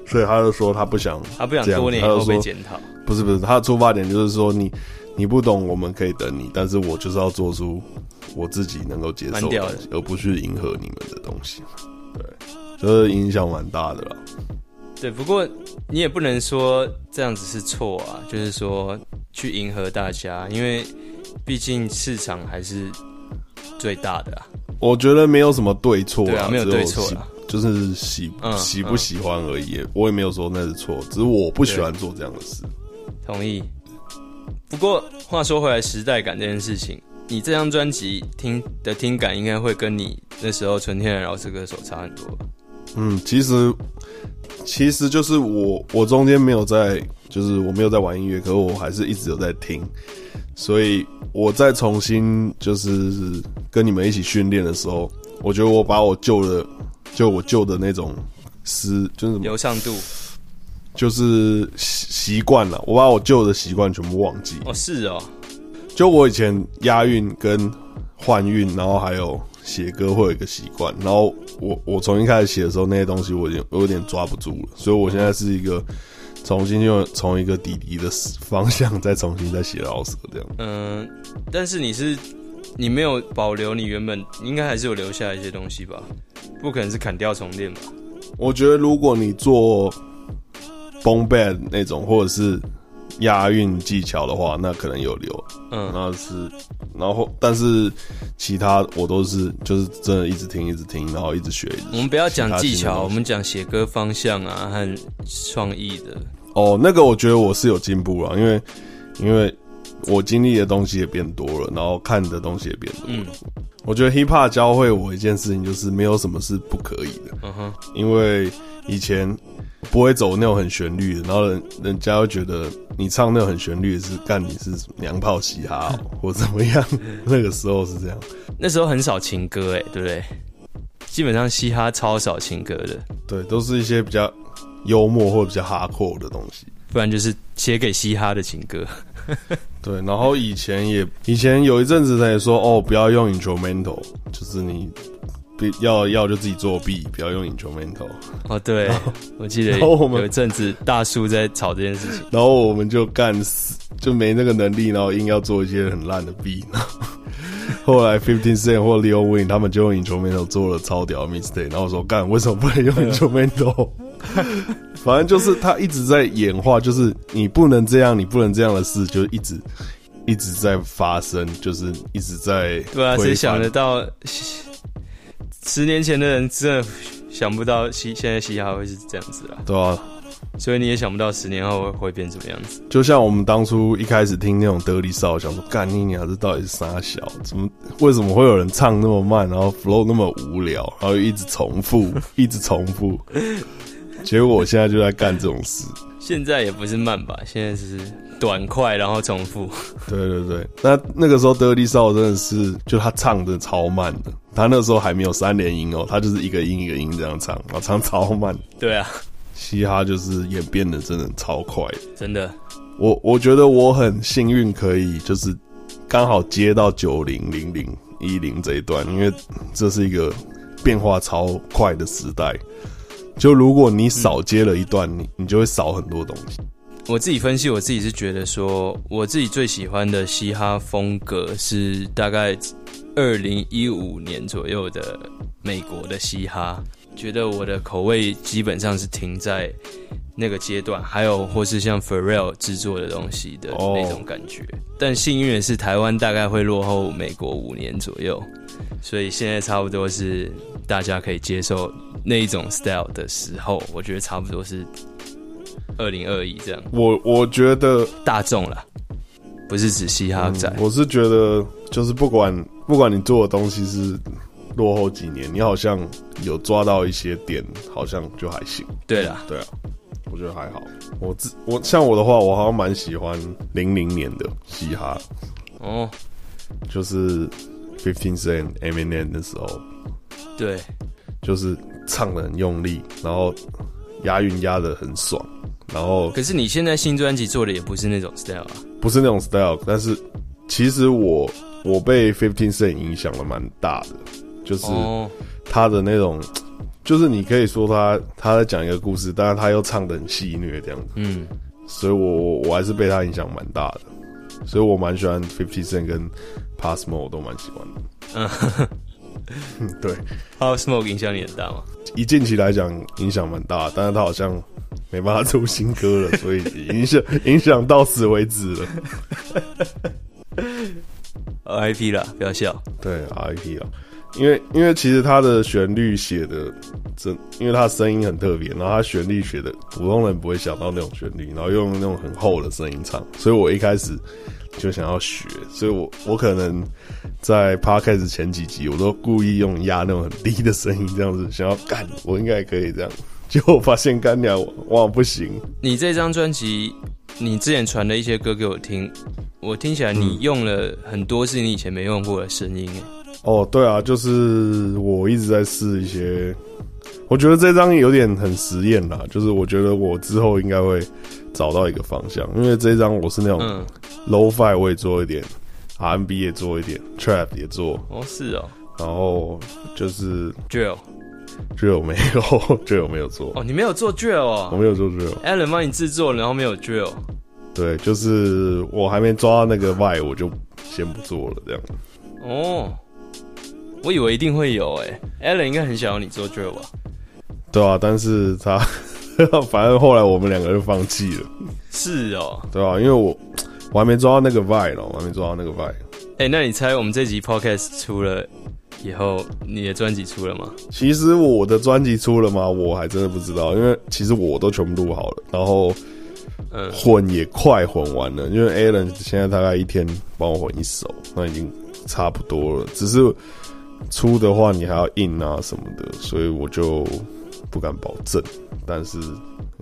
[SPEAKER 3] 所以他就说他不想这样，
[SPEAKER 2] 他啊不想多年以
[SPEAKER 3] 他就
[SPEAKER 2] 后被
[SPEAKER 3] 说
[SPEAKER 2] 检讨。
[SPEAKER 3] 不是不是，他的出发点就是说你你不懂，我们可以等你，但是我就是要做出我自己能够接受
[SPEAKER 2] 蛮屌的
[SPEAKER 3] 东西而不是迎合你们的东西。对，就是影响蛮大的啦。
[SPEAKER 2] 对，不过你也不能说这样子是错啊，就是说去迎合大家，因为毕竟市场还是最大的啊。
[SPEAKER 3] 我觉得没有什么对错
[SPEAKER 2] 对啊没有
[SPEAKER 3] 只有
[SPEAKER 2] 对错
[SPEAKER 3] 喜
[SPEAKER 2] 啦
[SPEAKER 3] 就是喜、
[SPEAKER 2] 嗯
[SPEAKER 3] 喜不喜欢而已。我也没有说那是错，只是我不喜欢做这样的事。
[SPEAKER 2] 同意。不过话说回来，时代感这件事情，你这张专辑听的听感应该会跟你那时候《纯天然饶舌歌手》差很多吧？
[SPEAKER 3] 嗯，其实其实就是我我中间没有在，就是我没有在玩音乐，可是我还是一直有在听，所以我再重新就是跟你们一起训练的时候，我觉得我把我旧的就我旧的那种思就是什么
[SPEAKER 2] 流畅度
[SPEAKER 3] 就是习习惯了，我把我旧的习惯全部忘记，
[SPEAKER 2] 哦，是哦，
[SPEAKER 3] 就我以前押韵跟换韵，然后还有写歌会有一个习惯，然后我我重新开始写的时候，那些东西我已经我有点抓不住了，所以我现在是一个重新又从一个底底的方向再重新再写老舍这样。
[SPEAKER 2] 嗯，但是你是你没有保留你原本，你应该还是有留下一些东西吧？不可能是砍掉重练吧？
[SPEAKER 3] 我觉得如果你做 boom bad 那种或者是押韵技巧的话，那可能有留，
[SPEAKER 2] 嗯，
[SPEAKER 3] 那是，然后但是其他我都是就是真的一直听一直听，然后一直学。一直学
[SPEAKER 2] 我们不要讲技
[SPEAKER 3] 其他新的
[SPEAKER 2] 巧，我
[SPEAKER 3] 东西
[SPEAKER 2] 们讲写歌方向啊和创意的。
[SPEAKER 3] 哦，那个我觉得我是有进步了，因为因为我经历的东西也变多了，然后看的东西也变多了。
[SPEAKER 2] 嗯
[SPEAKER 3] 我觉得 hip hop 教会我一件事情，就是没有什么是不可以的，
[SPEAKER 2] 嗯哼，
[SPEAKER 3] 因为以前不会走那种很旋律的，然后人人家会觉得你唱那种很旋律的是干你是娘炮嘻哈哦、 或怎么样，
[SPEAKER 2] 嗯
[SPEAKER 3] 那个时候是这样。
[SPEAKER 2] 那时候很少情歌哎、对不对？基本上嘻哈超少情歌的。
[SPEAKER 3] 对，都是一些比较幽默或者比较哈阔的东西。
[SPEAKER 2] 不然就是写给嘻哈的情歌。
[SPEAKER 3] 对，然后以前也以前有一阵子他也说哦，不要用 instrumental，就是你不要要就自己作弊，不要用 instrumental。
[SPEAKER 2] 哦， 对，我记得
[SPEAKER 3] 然后我们
[SPEAKER 2] 有一阵子大叔在吵这件事情，
[SPEAKER 3] 然后我们就干死，就没那个能力，然后硬要做一些很烂的币。然后 后来 Fifteen Cent 或 Leo Win 他们就用 instrumental 做了超屌的 mistake，然后我说干，为什么不能用 instrumental？反正就是他一直在演化，就是你不能这样，你不能这样的事，就一直一直在发生，就是一直在
[SPEAKER 2] 对啊，谁
[SPEAKER 3] 推翻
[SPEAKER 2] 想得到？十年前的人真的想不到嘻现在嘻哈会是这样子啦，
[SPEAKER 3] 对啊，
[SPEAKER 2] 所以你也想不到十年后会会变什么样子。
[SPEAKER 3] 就像我们当初一开始听那种德里少，想说干你娘，这到底是啥小？怎么为什么会有人唱那么慢，然后 flow 那么无聊，然后一直重复，一直重复？结果我现在就在干这种事。
[SPEAKER 2] 现在也不是慢吧，现在只是短快，然后重复。
[SPEAKER 3] 对对对，那那个时候德里少真的是，就他唱的超慢的，他那时候还没有三连音哦，他就是一个音一个音这样唱，然后唱超慢。
[SPEAKER 2] 对啊，
[SPEAKER 3] 嘻哈就是演变的真的超快的
[SPEAKER 2] 真的，
[SPEAKER 3] 我我觉得我很幸运，可以就是刚好接到九零零零一零这一段，因为这是一个变化超快的时代。就如果你少接了一段，你你就会少很多东西。
[SPEAKER 2] 我自己分析，我自己是觉得说，我自己最喜欢的嘻哈风格是大概二零一五年左右的美国的嘻哈，觉得我的口味基本上是停在那个阶段，还有或是像 Pharrell 制作的东西的
[SPEAKER 3] 哦
[SPEAKER 2] 那种感觉。但幸运的是，台湾大概会落后美国五年左右，所以现在差不多是大家可以接受那一种 style 的时候，我觉得差不多是二零二一这样。
[SPEAKER 3] 我我觉得，
[SPEAKER 2] 大众啦，不是指嘻哈仔。
[SPEAKER 3] 我是觉得，就是不管不管你做的东西是落后几年，你好像有抓到一些点，好像就还行。
[SPEAKER 2] 对啦，
[SPEAKER 3] 对啊，我觉得还好。我自我像我的话，我好像蛮喜欢零零年的嘻哈，
[SPEAKER 2] 哦，
[SPEAKER 3] 就是 Fifteen Cent、Eminem 的时候，
[SPEAKER 2] 对，
[SPEAKER 3] 就是唱的很用力，然后押韵押的很爽，然后
[SPEAKER 2] 可是你现在新专辑做的也不是那种 style 啊。
[SPEAKER 3] 不是那种 style，但是其实我我被 Fifteen Cent 影响了蛮大的，就是
[SPEAKER 2] 哦，
[SPEAKER 3] 他的那种，就是你可以说他他在讲一个故事，但是他又唱的很戏谑这样子，
[SPEAKER 2] 嗯，
[SPEAKER 3] 所以我我我还是被他影响蛮大的，所以我蛮喜欢 Fifty Cent 跟 Passmo 我都蛮喜欢的。
[SPEAKER 2] 嗯
[SPEAKER 3] 嗯，对，
[SPEAKER 2] ，How Smoke 影响你很大吗？
[SPEAKER 3] 以近期来讲影响蛮大，但是他好像没办法出新歌了，所以影响影响到此为止了。
[SPEAKER 2] ，IP 哦啦，不要笑。
[SPEAKER 3] 对，RIP 啊，因为因为其实他的旋律写的真，因为他声音很特别，然后他旋律写的普通人不会想到那种旋律，然后用那种很厚的声音唱，所以我一开始就想要学，所以我我可能在 podcast 前几集我都故意用压那种很低的声音，这样子想要干，我应该也可以这样，结果我发现干娘哇不行，
[SPEAKER 2] 你这张专辑，你之前传的一些歌给我听，我听起来你用了很多是你以前没用过的声音，哎
[SPEAKER 3] 哦，对啊，就是我一直在试一些，我觉得这张有点很实验啦，就是我觉得我之后应该会找到一个方向，因为这张我是那种
[SPEAKER 2] 嗯，
[SPEAKER 3] low fi 我也做一点，R&B 也做一点，trap 也做，
[SPEAKER 2] 哦，是哦
[SPEAKER 3] 然后就是
[SPEAKER 2] ，Drill，
[SPEAKER 3] 就有没 有就有没有做，
[SPEAKER 2] 哦，你没有做 Drill
[SPEAKER 3] 我
[SPEAKER 2] 哦
[SPEAKER 3] 没有做 drill，
[SPEAKER 2] ，Alan 帮你制作，然后没有 Drill，
[SPEAKER 3] 对，就是我还没抓到那个 vibe，我就先不做了这样。
[SPEAKER 2] 哦，我以为一定会有，哎，Alan 应该很想要你做 Drill 吧？
[SPEAKER 3] 对啊，但是他 反正后来我们两个就放弃了。
[SPEAKER 2] 是哦，
[SPEAKER 3] 对啊，因为我我还没抓到那个 vibe 咯，我还没抓到那个 vibe。
[SPEAKER 2] 哎、那你猜我们这集 podcast 出了以后，你的专辑出了吗？
[SPEAKER 3] 其实我的专辑出了吗？我还真的不知道，因为其实我都全部录好了，然后
[SPEAKER 2] 嗯
[SPEAKER 3] 混也快混完了，因为 Alan 现在大概一天帮我混一首，那已经差不多了。只是出的话，你还要印啊什么的，所以我就不敢保证，但是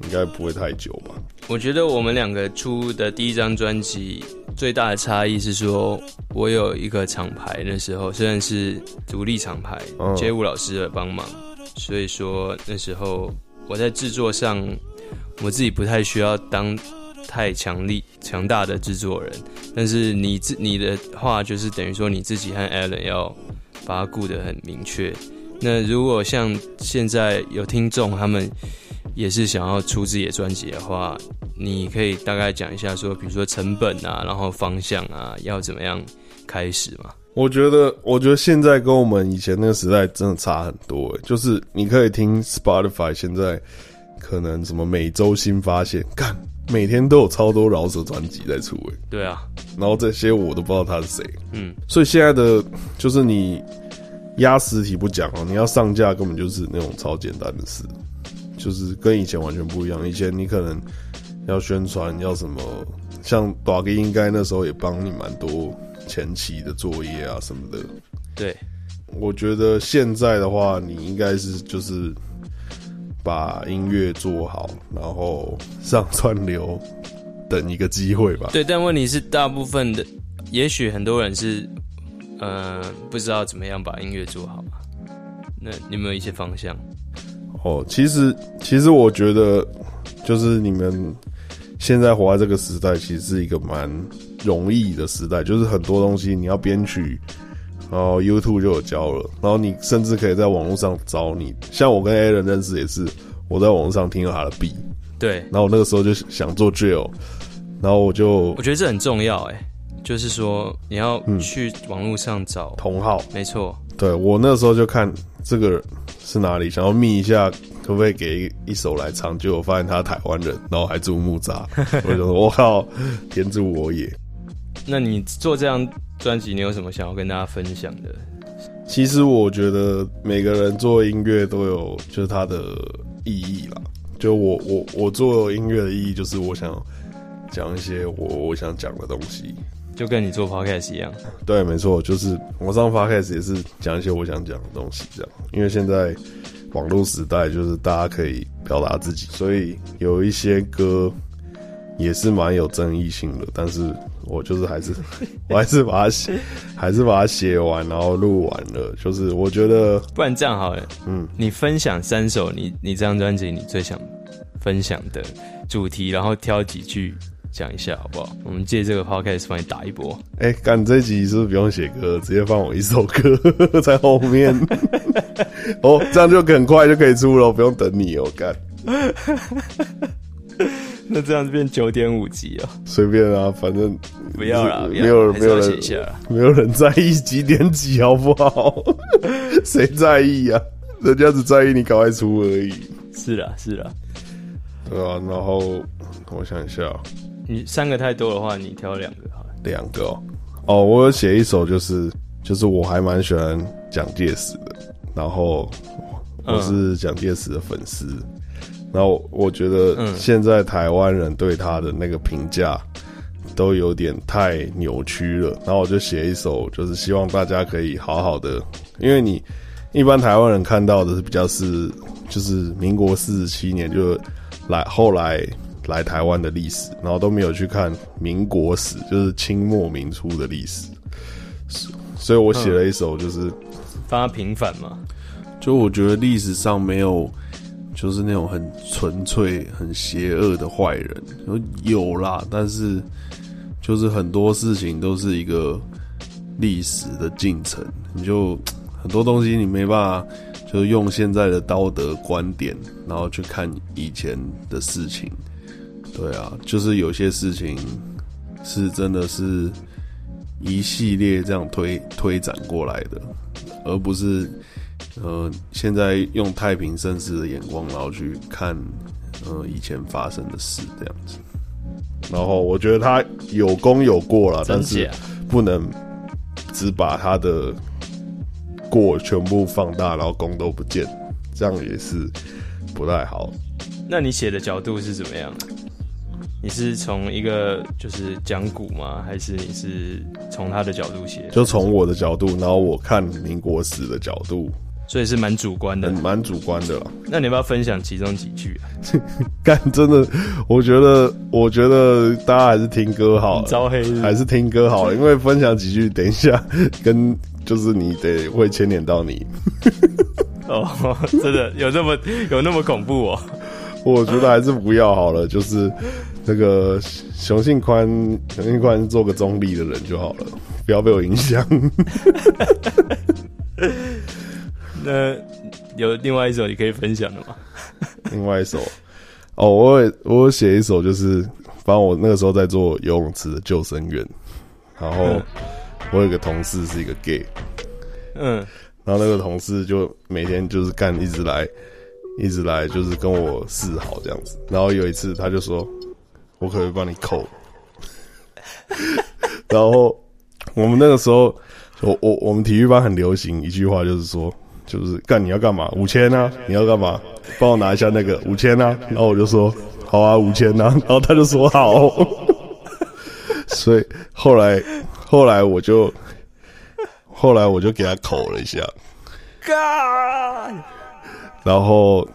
[SPEAKER 3] 应该不会太久吧。
[SPEAKER 2] 我觉得我们两个出的第一张专辑最大的差异是说，我有一个厂牌，那时候虽然是独立厂牌
[SPEAKER 3] 嗯，
[SPEAKER 2] 街舞老师的帮忙，所以说那时候我在制作上，我自己不太需要当太强力、强大的制作人，但是你自你的话就是等于说你自己和 Alan 要把它顾得很明确。那如果像现在有听众他们也是想要出自己的专辑的话，你可以大概讲一下说，比如说成本啊，然后方向啊，要怎么样开始嘛？
[SPEAKER 3] 我觉得，我觉得现在跟我们以前那个时代真的差很多、欸。就是你可以听 Spotify，现在可能什么每周新发现，干每天都有超多饶舌专辑在出、欸，
[SPEAKER 2] 对啊，
[SPEAKER 3] 然后这些我都不知道他是谁。
[SPEAKER 2] 嗯，
[SPEAKER 3] 所以现在的就是你压实体不讲哦，你要上架根本就是那种超简单的事，就是跟以前完全不一样。以前你可能要宣传，要什么，像短哥应该那时候也帮你蛮多前期的作业啊什么的。
[SPEAKER 2] 对，
[SPEAKER 3] 我觉得现在的话，你应该是就是把音乐做好，然后上串流，等一个机会吧。
[SPEAKER 2] 对，但问题是，大部分的，也许很多人是，呃，不知道怎么样把音乐做好啊。那你有没有一些方向？
[SPEAKER 3] 哦，其实其实我觉得，就是你们现在活在这个时代，其实是一个蛮容易的时代，就是很多东西你要编曲，然后 YouTube 就有教了，然后你甚至可以在网络上找你，像我跟 Alan 认识也是，我在网络上听到他的 B，
[SPEAKER 2] 对，
[SPEAKER 3] 然后我那个时候就想做 drill，然后我就
[SPEAKER 2] 我觉得这很重要、欸，哎，就是说你要去网络上找，
[SPEAKER 3] 同号，
[SPEAKER 2] 没错，
[SPEAKER 3] 对我那时候就看这个人是哪里，想要密一下，可不可以给一首来唱？结果发现他台湾人，然后还住木栅，我就说我靠，天助我也！
[SPEAKER 2] 那你做这张专辑，你有什么想要跟大家分享的？
[SPEAKER 3] 其实我觉得每个人做音乐都有就是它的意义啦。就我我我做音乐的意义就是我想讲一些我我想讲的东西。
[SPEAKER 2] 就跟你做 podcast 一样，
[SPEAKER 3] 对，没错，就是我上 podcast 也是讲一些我想讲的东西，这样。因为现在网络时代，就是大家可以表达自己，所以有一些歌也是蛮有争议性的，但是我就是还是我还是把它写，还是把它写完，然后录完了。就是我觉得
[SPEAKER 2] 不然这样好了，嗯，你分享三首你你这张专辑你最想分享的主题，然后挑几句讲一下好不好？我们借这个 podcast 帮你打一波。
[SPEAKER 3] 哎，干、这集是不是不用写歌，直接放我一首歌 在后面？哦，这样就很快就可以出了，不用等你哦，干。
[SPEAKER 2] 那这样就变九点五级哦，
[SPEAKER 3] 随便啊，反正
[SPEAKER 2] 不要啦
[SPEAKER 3] 是
[SPEAKER 2] 不要啦
[SPEAKER 3] 没有人
[SPEAKER 2] 还
[SPEAKER 3] 没
[SPEAKER 2] 是要
[SPEAKER 3] 有
[SPEAKER 2] 写一下
[SPEAKER 3] 人
[SPEAKER 2] 啦
[SPEAKER 3] 没有人在意几点几，好不好？ 谁在意啊？人家只在意你赶快出而已，
[SPEAKER 2] 是啦是啦，
[SPEAKER 3] 对啊，然后我想一下，哦
[SPEAKER 2] 你三个太多的话，你挑两个好了。
[SPEAKER 3] 两个哦，哦，我有写一首，就是就是我还蛮喜欢蒋介石的，然后我
[SPEAKER 2] 嗯
[SPEAKER 3] 是蒋介石的粉丝，然后我觉得
[SPEAKER 2] 嗯
[SPEAKER 3] 现在台湾人对他的那个评价都有点太扭曲了，然后我就写一首，就是希望大家可以好好的，因为你一般台湾人看到的是比较是就是民国四十七年就来后来来台湾的历史，然后都没有去看民国史，就是清末民初的历史，所以我写了一首就是。
[SPEAKER 2] 帮他平反嘛，
[SPEAKER 3] 就我觉得历史上没有，就是那种很纯粹、很邪恶的坏人，有啦，但是就是很多事情都是一个历史的进程，你就嗯很多东西你没办法，就是用现在的道德观点，然后去看以前的事情，对啊，就是有些事情是真的是一系列这样推推展过来的，而不是呃，现在用太平绅士的眼光，然后去看呃以前发生的事这样子。然后我觉得他有功有过了，
[SPEAKER 2] 真
[SPEAKER 3] 但
[SPEAKER 2] 假
[SPEAKER 3] 是不能只把他的过全部放大，然后功都不见，这样也是不太好。
[SPEAKER 2] 那你写的角度是怎么样？你是从一个就是讲古吗？还是你是从他的角度写？
[SPEAKER 3] 就从我的角度，然后我看民国史的角度，
[SPEAKER 2] 所以是蛮主观的
[SPEAKER 3] 很。蛮主观的啦。
[SPEAKER 2] 那你要不要分享其中几句啊？
[SPEAKER 3] 干，真的，我觉得，我觉得大家还是听歌好了，
[SPEAKER 2] 招黑是不是
[SPEAKER 3] 还是听歌好了，因为分享几句，等一下 跟就是你得会牵连到你，
[SPEAKER 2] 哦， 真的有那么有那么恐怖哦？
[SPEAKER 3] 我觉得还是不要好了，就是这个熊信宽，熊信宽做个中立的人就好了，不要被我影响。
[SPEAKER 2] 那有另外一首你可以分享的吗？
[SPEAKER 3] 另外一首，哦，我有我有写一首，就是反正我那个时候在做游泳池的救生员，然后我有个同事是一个 gay，
[SPEAKER 2] 嗯，
[SPEAKER 3] 然后那个同事就每天就是干，一直来，一直来，就是跟我示好这样子。然后有一次他就说：“我可不可以帮你扣？” 然后我们那个时候，我我我们体育班很流行一句话，就是说，就是干你要干嘛？五千啊，你要干嘛？帮我拿一下那个五千啊。然后我就说：“好啊，五千啊。”然后他就说：“好。” 所以后来后来我就后来我就给他口了一下，然后，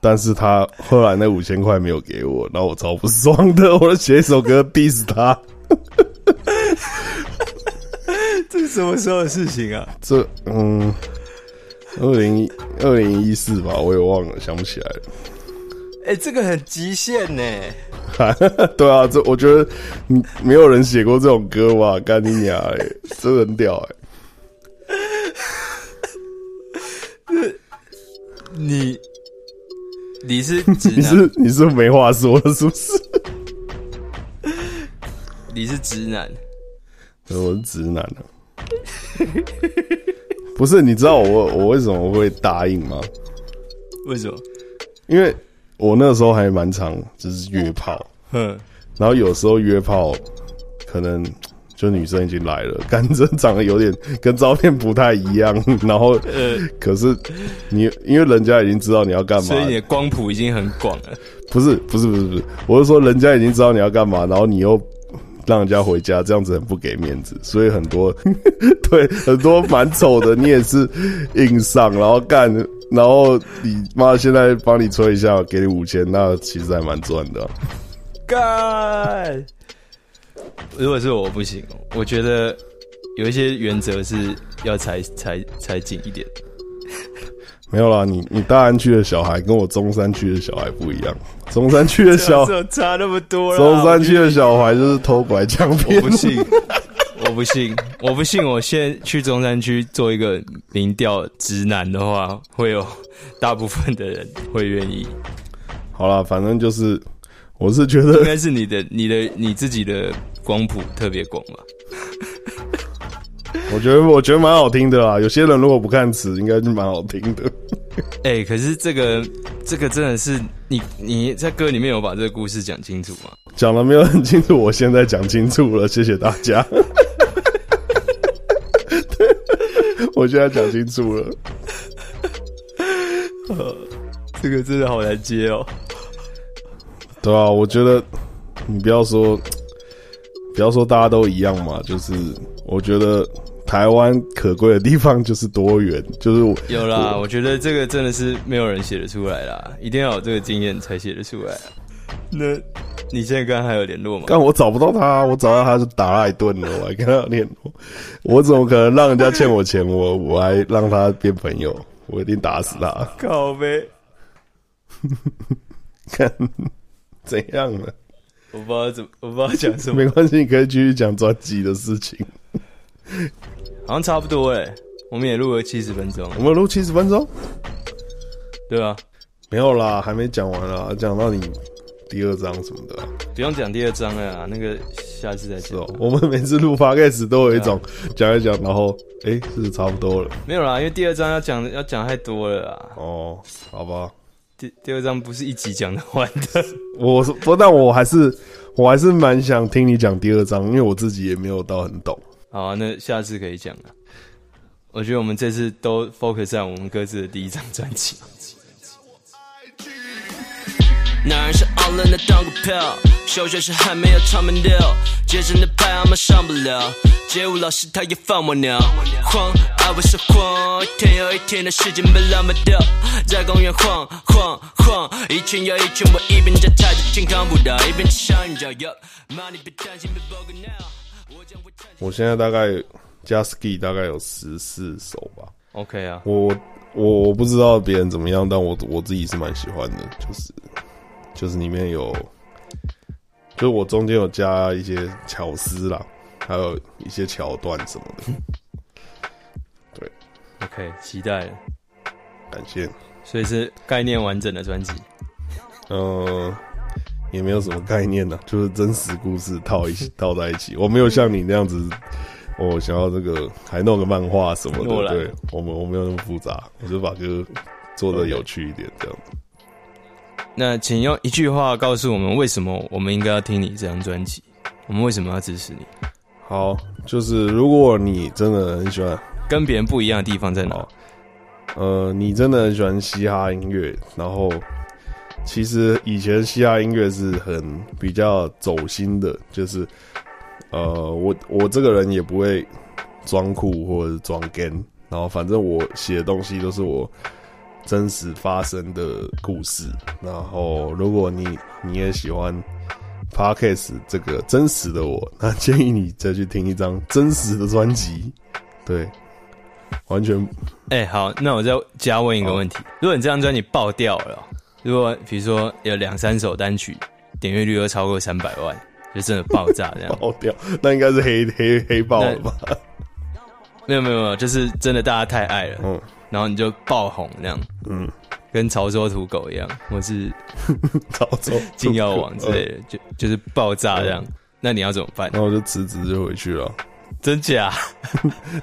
[SPEAKER 3] 但是他后来那五千块没有给我，然后我超不爽的，我就写一首歌 diss 他。
[SPEAKER 2] 这是什么时候的事情啊？
[SPEAKER 3] 这嗯，二零二零一四吧，我也忘了，想不起来
[SPEAKER 2] 哎、这个很极限呢、
[SPEAKER 3] 了。 对啊，这我觉得嗯没有人写过这种歌吧，干你娘、欸，这个很屌哎、
[SPEAKER 2] 你你是直
[SPEAKER 3] 你
[SPEAKER 2] 男，
[SPEAKER 3] 是你是没话说了是 不是？
[SPEAKER 2] 你是直男，
[SPEAKER 3] 对我是直男啊。不是，你知道我我为什么会答应吗？
[SPEAKER 2] 为什么？
[SPEAKER 3] 因为我那时候还蛮常就是约炮，
[SPEAKER 2] 哼，
[SPEAKER 3] 然后有时候约炮可能就女生已经来了，干真长得有点跟照片不太一样，然后
[SPEAKER 2] 呃，
[SPEAKER 3] 可是你因为人家已经知道你要干嘛
[SPEAKER 2] 所，以你的光谱已经很广了。
[SPEAKER 3] 不是不是不是不是，我是说人家已经知道你要干嘛，然后你又。让人家回家，这样子很不给面子，所以很多 对很多蛮丑的，你也是硬上，然后干，然后你妈现在帮你吹一下，给你五千，那其实还蛮赚的啊、
[SPEAKER 2] 干！如果是我不行，哦我觉得有一些原则是要踩踩踩紧一点。
[SPEAKER 3] 没有啦，你你大安区的小孩跟我中山区的小孩不一样，中山区的小
[SPEAKER 2] 这差那么多了，
[SPEAKER 3] 中山区的小孩就是偷拐 抢
[SPEAKER 2] 我
[SPEAKER 3] 骗，
[SPEAKER 2] 不信，我不信，我不信！我现在去中山区做一个民调，直男的话，会有大部分的人会愿意。
[SPEAKER 3] 好啦，反正就是，我是觉
[SPEAKER 2] 应
[SPEAKER 3] 得
[SPEAKER 2] 该是你的、 你的、你自己的光谱特别广吧？
[SPEAKER 3] 我觉得我觉得蛮好听的啊啦。有些人如果不看词，应该是蛮好听的。
[SPEAKER 2] 哎、可是这个这个真的是你你在歌里面有把这个故事讲清楚吗？
[SPEAKER 3] 讲的没有很清楚，我现在讲清楚了，谢谢大家。 我现在讲清楚了，
[SPEAKER 2] 这个真的好难接哦。
[SPEAKER 3] 对啊，我觉得你不要说，不要说大家都一样嘛，就是我觉得台湾可贵的地方就是多元，就是我
[SPEAKER 2] 有啦，我觉得这个真的是没有人写得出来啦，一定要有这个经验才写得出来、啊。那你现在跟他还有联络吗？
[SPEAKER 3] 但我找不到他，我找到他就打他一顿了，我还跟他联络，我怎么可能让人家欠我钱，我我还让他变朋友？我一定打死他！
[SPEAKER 2] 靠呗，
[SPEAKER 3] 看怎样了？
[SPEAKER 2] 我不知道怎么，我不知道讲什么，
[SPEAKER 3] 没关系，你可以继续讲专辑的事情。
[SPEAKER 2] 好像差不多哎、我们也录了七十分钟，
[SPEAKER 3] 我们录七十分钟，
[SPEAKER 2] 对啊吧、
[SPEAKER 3] 没有啦，还没讲完啦，讲到你第二章什么的啊、
[SPEAKER 2] 不用讲第二章了啊啦，那个下次再讲
[SPEAKER 3] 是。哦，我们每次录 podcast 都有一种讲一讲，然后哎、诶是差不多了
[SPEAKER 2] 没有啦，因为第二章要讲要讲太多了啦。
[SPEAKER 3] 哦，好吧，
[SPEAKER 2] 第第二章不是一集讲得完的。
[SPEAKER 3] 我是不，但我还是我还是蛮想听你讲第二章，因为我自己也没有到很懂。
[SPEAKER 2] 好、啊，那下次可以讲了。我觉得我们这次都 focus 在我们各自的第一张专辑。
[SPEAKER 5] 男人是傲人的当个票，小学时还没有唱门调，街上的排行榜上不了，街舞老师他也放我鸟。晃，爱我是晃，一天又一天的事情被浪费掉，在公园晃晃晃，一圈又一圈，我一边在踩着健康舞蹈，一边吃香芋脚。Yup，妈你别担心，别 b o g now，我将会站起来
[SPEAKER 3] 我现在大概加 ski 大概有十四首吧，
[SPEAKER 2] OK 啊，
[SPEAKER 3] 我我我不知道别人怎么样，但我我自己是蛮喜欢的，就是就是里面有就我中间有加一些巧思啦，还有一些桥段什么的，
[SPEAKER 2] OK，期待了。
[SPEAKER 3] 感谢。
[SPEAKER 2] 所以是概念完整的专辑。
[SPEAKER 3] 嗯，也没有什么概念呢、 就是真实故事套一起套在一起。我没有像你那样子，我想要这个还弄个漫画什么
[SPEAKER 2] 诺
[SPEAKER 3] 的，
[SPEAKER 2] 兰
[SPEAKER 3] 对我们我没有那么复杂，我就把歌做的有趣一点这样子。
[SPEAKER 2] 那请用一句话告诉我们，为什么我们应该要听你这张专辑？我们为什么要支持你？
[SPEAKER 3] 好，就是如果你真的很喜欢
[SPEAKER 2] 跟别人不一样的地方在哪
[SPEAKER 3] 好？，哦呃，你真的很喜欢嘻哈音乐，然后其实以前嘻哈音乐是很比较走心的，就是呃，我我这个人也不会装酷或者是装 gay，然后反正我写的东西都是我真实发生的故事，然后如果你你也喜欢。Podcast 这个真实的我，那建议你再去听一张真实的专辑，对，完全
[SPEAKER 2] 哎、好，那我再加问一个问题：如果你这张专辑爆掉了，如果比如说有两三首单曲点阅率都超过三百万，就真的爆炸这 样？
[SPEAKER 3] 爆掉，那应该是黑 黑黑爆了吧？
[SPEAKER 2] 没有没有没有，就是真的大家太爱了，
[SPEAKER 3] 嗯
[SPEAKER 2] 然后你就爆红这样，
[SPEAKER 3] 嗯，
[SPEAKER 2] 跟潮州土狗一样，或是
[SPEAKER 3] 早 走
[SPEAKER 2] 金药王 之类。的，就就是爆炸这样。那你要怎么办？
[SPEAKER 3] 嗯然后我就辞职就回去了，
[SPEAKER 2] 真假？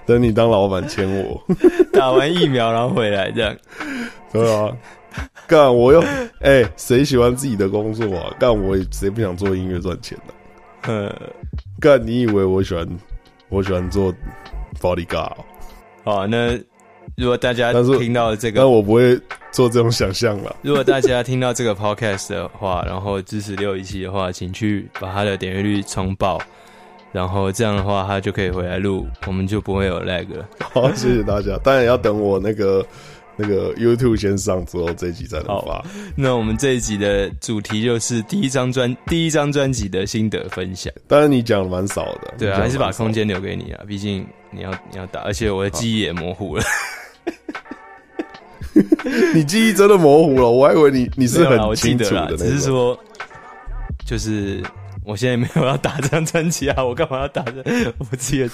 [SPEAKER 3] 等你当老板签我。
[SPEAKER 2] 打完疫苗然后回来这样？
[SPEAKER 3] 对啊，干我又哎，谁、喜欢自己的工作啊？干我也谁不想做音乐赚钱的、
[SPEAKER 2] 呃，
[SPEAKER 3] 干你以为我喜欢我喜欢做 bodyguard？哦、
[SPEAKER 2] 好，那如果大家
[SPEAKER 3] 但是
[SPEAKER 2] 听到这个
[SPEAKER 3] 但，我不会做这种想象了。
[SPEAKER 2] 如果大家听到这个 podcast 的话，然后支持六一七的话，请去把它的点阅率冲爆，然后这样的话，它就可以回来录，我们就不会有 lag 了。
[SPEAKER 3] 好，谢谢大家。当然要等我那个那个 YouTube 先上之后，这一集才能发。
[SPEAKER 2] 那我们这一集的主题就是第一张专第一张专辑的心得分享。
[SPEAKER 3] 当然你讲的蛮少的，
[SPEAKER 2] 对啊，还是把空间
[SPEAKER 3] 间。
[SPEAKER 2] 留给你啊，毕竟你要你要打，而且我的记忆也模糊了。
[SPEAKER 3] 你记忆真的模糊了，我还以为你你是
[SPEAKER 2] 没有啦我
[SPEAKER 3] 很
[SPEAKER 2] 记
[SPEAKER 3] 清
[SPEAKER 2] 得
[SPEAKER 3] 楚的
[SPEAKER 2] 啦
[SPEAKER 3] 那，种
[SPEAKER 2] 只是说，就是我现在没有要打这张专辑啊，我干嘛要打这我自己的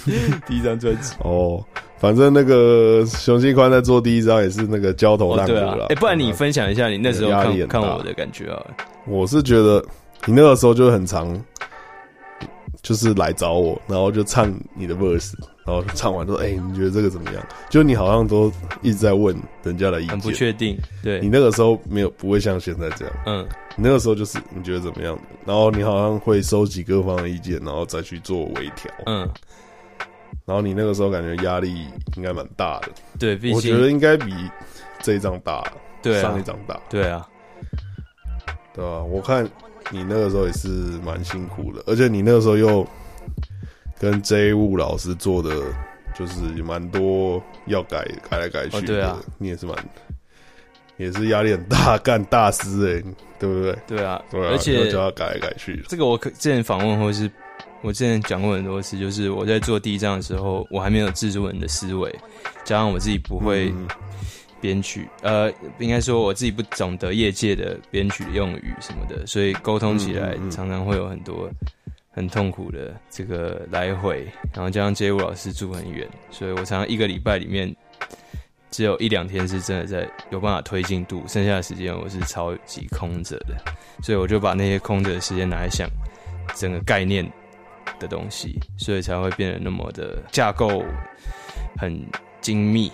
[SPEAKER 2] 第一张专辑？
[SPEAKER 3] 哦，反正那个熊信宽在做第一张也是那个焦头
[SPEAKER 2] 哦，
[SPEAKER 3] 烂额
[SPEAKER 2] 对啊
[SPEAKER 3] 了。，
[SPEAKER 2] 哎，不然你分享一下你那时候
[SPEAKER 3] 压力
[SPEAKER 2] 看
[SPEAKER 3] 很
[SPEAKER 2] 看
[SPEAKER 3] 大
[SPEAKER 2] 我的感觉啊？
[SPEAKER 3] 我是觉得你那个时候就很常，就是来找我，然后就唱你的 verse，然后唱完说：“哎、你觉得这个怎么样？”就你好像都一直在问人家的意
[SPEAKER 2] 很不
[SPEAKER 3] 见。
[SPEAKER 2] 确定，对
[SPEAKER 3] 你，那个时候没有不会像现在这样，
[SPEAKER 2] 嗯，
[SPEAKER 3] 你那个时候就是你觉得怎么样？然后你好像会收集各方的意见，然后再去做微调。
[SPEAKER 2] 嗯，
[SPEAKER 3] 然后你那个时候感觉压力应该蛮大的，
[SPEAKER 2] 对，毕
[SPEAKER 3] 我觉得
[SPEAKER 2] 竟
[SPEAKER 3] 应该比这一张大，
[SPEAKER 2] 对啊
[SPEAKER 3] 上一张大，
[SPEAKER 2] 对啊，
[SPEAKER 3] 对吧、我看你那个时候也是蛮辛苦的，而且你那个时候又跟 J 物老师做的，就是也蛮多要改改来改去的，
[SPEAKER 2] 哦对啊
[SPEAKER 3] 你也是蛮也是压力很大，干大师哎、对不对？
[SPEAKER 2] 对啊，
[SPEAKER 3] 对啊，
[SPEAKER 2] 而
[SPEAKER 3] 又
[SPEAKER 2] 且
[SPEAKER 3] 叫他改来改去，
[SPEAKER 2] 这个我可之前访问或是我之前讲过很多次，就是我在做第一章的时候，我还没有制作人的思维，加上我自己不会
[SPEAKER 3] 嗯
[SPEAKER 2] 编曲，呃，应该说我自己不懂得业界的编曲用语什么的，所以沟通起来
[SPEAKER 3] 嗯嗯嗯
[SPEAKER 2] 常常会有很多很痛苦的这个来回，然后加上街舞老师住很远，所以我常常一个礼拜里面。只有一两天是真的在有办法推进度，剩下的时间我是超级空着的，所以我就把那些空着的时间拿来想整个概念的东西，所以才会变得那么的架构很精密。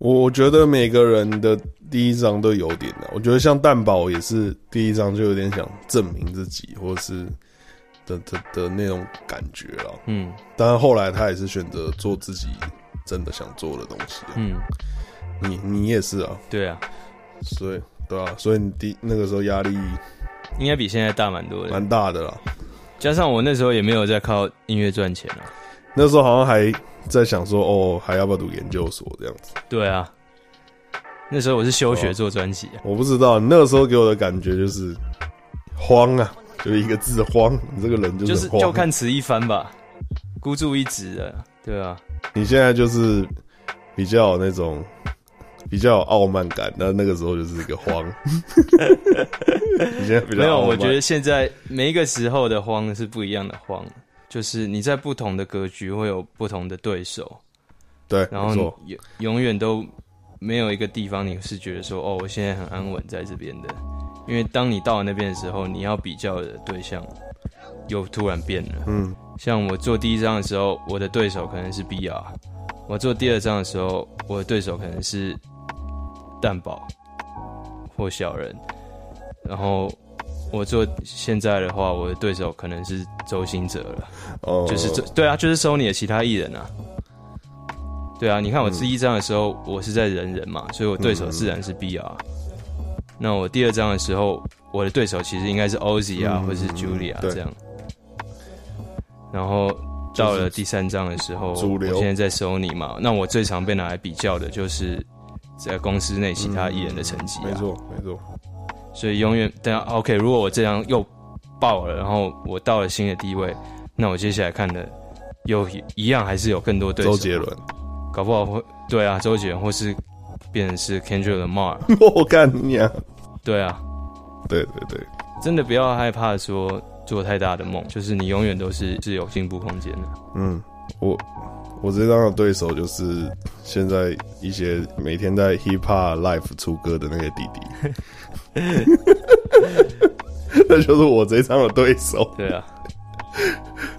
[SPEAKER 3] 我我觉得每个人的第一张都有点啊的、我觉得像蛋宝也是第一张就有点想证明自己，或者是的的的那种感觉了。
[SPEAKER 2] 嗯
[SPEAKER 3] 当然后来他也是选择做自己真的想做的东西、啊。
[SPEAKER 2] 嗯，
[SPEAKER 3] 你你也是啊，
[SPEAKER 2] 对啊，
[SPEAKER 3] 所以对啊，所以你第那个时候压力
[SPEAKER 2] 应该比现在大蛮多的。
[SPEAKER 3] 蛮大的啦。
[SPEAKER 2] 加上我那时候也没有在靠音乐赚钱啊。
[SPEAKER 3] 那时候好像还在想说，哦，还要不要读研究所这样子？
[SPEAKER 2] 对啊，那时候我是休学做专辑、啊。
[SPEAKER 3] 我不知道，你那个时候给我的感觉就是慌啊，就一个字慌。你这个人就
[SPEAKER 2] 就是是
[SPEAKER 3] 很慌。
[SPEAKER 2] 就看此一番吧，孤注一掷的，对啊，
[SPEAKER 3] 你现在就是比较有 那种比较有傲慢感，那那个时候就是一个慌。你现在比较
[SPEAKER 2] 没有，
[SPEAKER 3] 傲慢
[SPEAKER 2] 我觉得现在每一个时候的慌是不一样的慌，就是你在不同的格局会有不同的对手，
[SPEAKER 3] 对，
[SPEAKER 2] 然
[SPEAKER 3] 没
[SPEAKER 2] 后
[SPEAKER 3] 错
[SPEAKER 2] 你永永远都没有一个地方你是觉得说哦，我现在很安稳在这边的，因为当你到了那边的时候，你要比较的对象又突然变了。
[SPEAKER 3] 嗯，
[SPEAKER 2] 像我做第一张的时候，我的对手可能是 BR；我做第二张的时候，我的对手可能是蛋堡或小人。然后我做现在的话，我的对手可能是周星哲了。
[SPEAKER 3] 哦，
[SPEAKER 2] 就是这，对啊，就是 Sony 的其他艺人啊。对啊，你
[SPEAKER 3] 嗯
[SPEAKER 2] 看我第一张的时候，我是在人人嘛，所以我对手自然
[SPEAKER 3] 嗯
[SPEAKER 2] 是 BR。那我第二张的时候，我的对手其实应该是 Ozzy 啊，
[SPEAKER 3] 嗯
[SPEAKER 2] 或是 Julia
[SPEAKER 3] 对
[SPEAKER 2] 这样。然后到了第三张的时候，
[SPEAKER 3] 主
[SPEAKER 2] 我
[SPEAKER 3] 流
[SPEAKER 2] 现在在 Sony 嘛，那我最常被拿来比较的就是在公司内其他艺人的成绩
[SPEAKER 3] 没
[SPEAKER 2] 啊。
[SPEAKER 3] 错没错，
[SPEAKER 2] 所以永远等下 OK。如果我这样又爆了，然后我到了新的地位，那我接下来看的又一样还是有更多对手，
[SPEAKER 3] 周杰伦，
[SPEAKER 2] 搞不好会对啊，周杰伦或是变成是 Kendrick Lamar，
[SPEAKER 3] 我干你娘！
[SPEAKER 2] 对啊，
[SPEAKER 3] 对对对，
[SPEAKER 2] 真的不要害怕说做太大的梦，就是你永远都是是有进步空间的。
[SPEAKER 3] 嗯，我我这张的对手就是现在一些每天在 hip hop life 出歌的那个弟弟， 那就是我这张的对手。
[SPEAKER 2] 对 啊，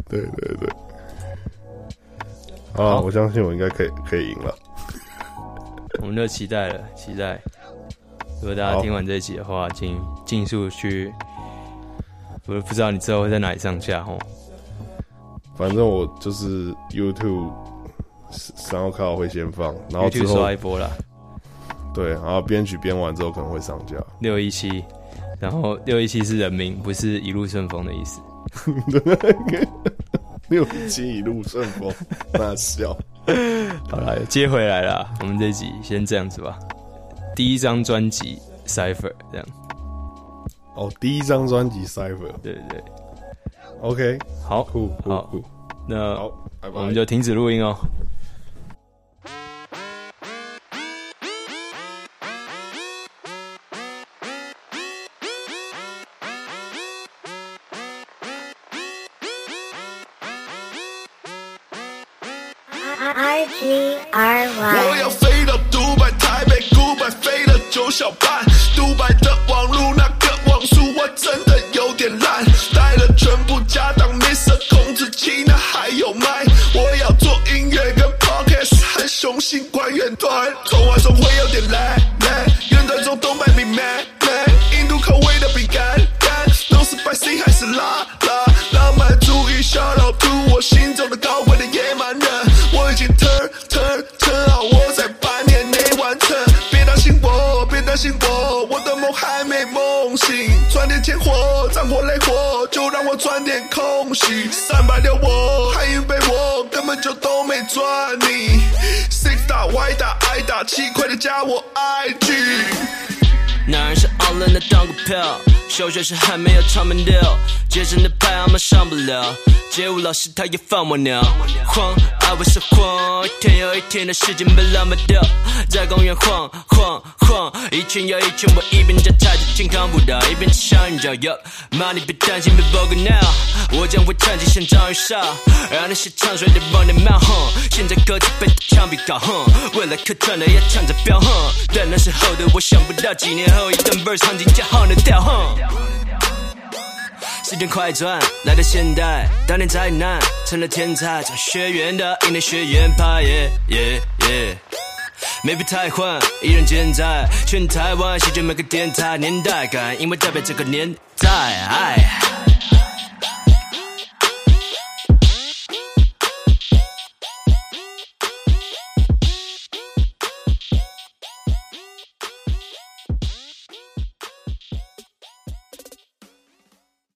[SPEAKER 3] 对对对，啊，我相信我应该可以可以赢了。
[SPEAKER 2] 我们都期待了，期待。如果大家
[SPEAKER 3] 好
[SPEAKER 2] 听完这一集的话，请尽速去，我不知道你之后会在哪里上架哦。
[SPEAKER 3] 反正我就是 YouTube。三号卡会先放，然后
[SPEAKER 2] y o
[SPEAKER 3] 之
[SPEAKER 2] u
[SPEAKER 3] 后
[SPEAKER 2] 刷一波啦。
[SPEAKER 3] 对，然后编曲编完之后可能会上架。
[SPEAKER 2] 六一七，然后六一七是人名，不是一路顺风的意思。
[SPEAKER 3] 六七一路顺 风，那笑。
[SPEAKER 2] 好了，接回来啦，我们这集先这样子吧。第一张专辑《Cipher》这样，
[SPEAKER 3] 哦，第一张专辑 Cipher，OK，、
[SPEAKER 2] 对对对，
[SPEAKER 3] OK，
[SPEAKER 2] 好，
[SPEAKER 3] 酷酷
[SPEAKER 2] 好，
[SPEAKER 3] 酷，
[SPEAKER 2] 那
[SPEAKER 3] 好，拜拜。
[SPEAKER 2] 我们就停止录音哦。
[SPEAKER 1] R G R
[SPEAKER 4] 我
[SPEAKER 1] Y.
[SPEAKER 4] 要飞到杜拜、台北、古拜，飞了九小半。杜拜的网路那个网速我真的有点烂，带了全部家当，Mr. 孔子奇那还有麦。我要做音乐跟 Podcast 和雄心管乐团，做完总会有点累累，远端从东北比美美，印度口味的饼干干，弄 spicy 还是辣辣，浪漫主义 shout out to 我心中的高贵的野蛮人，我已经 turn turn turn 好，我在八年内完成，别担心我，别担心我，我的梦还没梦醒，赚点钱活，脏活累活，就让我赚点空隙，三百六我还以为我根本就都没赚你，six 打 Y 打 I 打，七快点加我 IG。
[SPEAKER 5] 男人是傲人的当个票，小学时还没有唱慢调，街上的排行榜上不了，街舞老师他也放我鸟。晃，爱为是晃，一天又一天的时间被浪费掉，在公园晃晃晃，一圈又一圈，我一边脚踩着健康步道，一边吃香芋饺。Yup，妈你别担心，别 bug now，我将会唱起像章鱼烧，让那些唱衰的往你骂哼。现在歌词被枪毙搞哼，未来客串的要唱着飙哼，但那时候的我想不到，几年后一段 verse 行情加夯的掉哼。时间快转，来到现代，当年灾难成了天才，转学员的赢得学院派，耶耶耶。没被太换，依然健在。全台湾席卷每个电台，年代感，因为代表这个年代。哎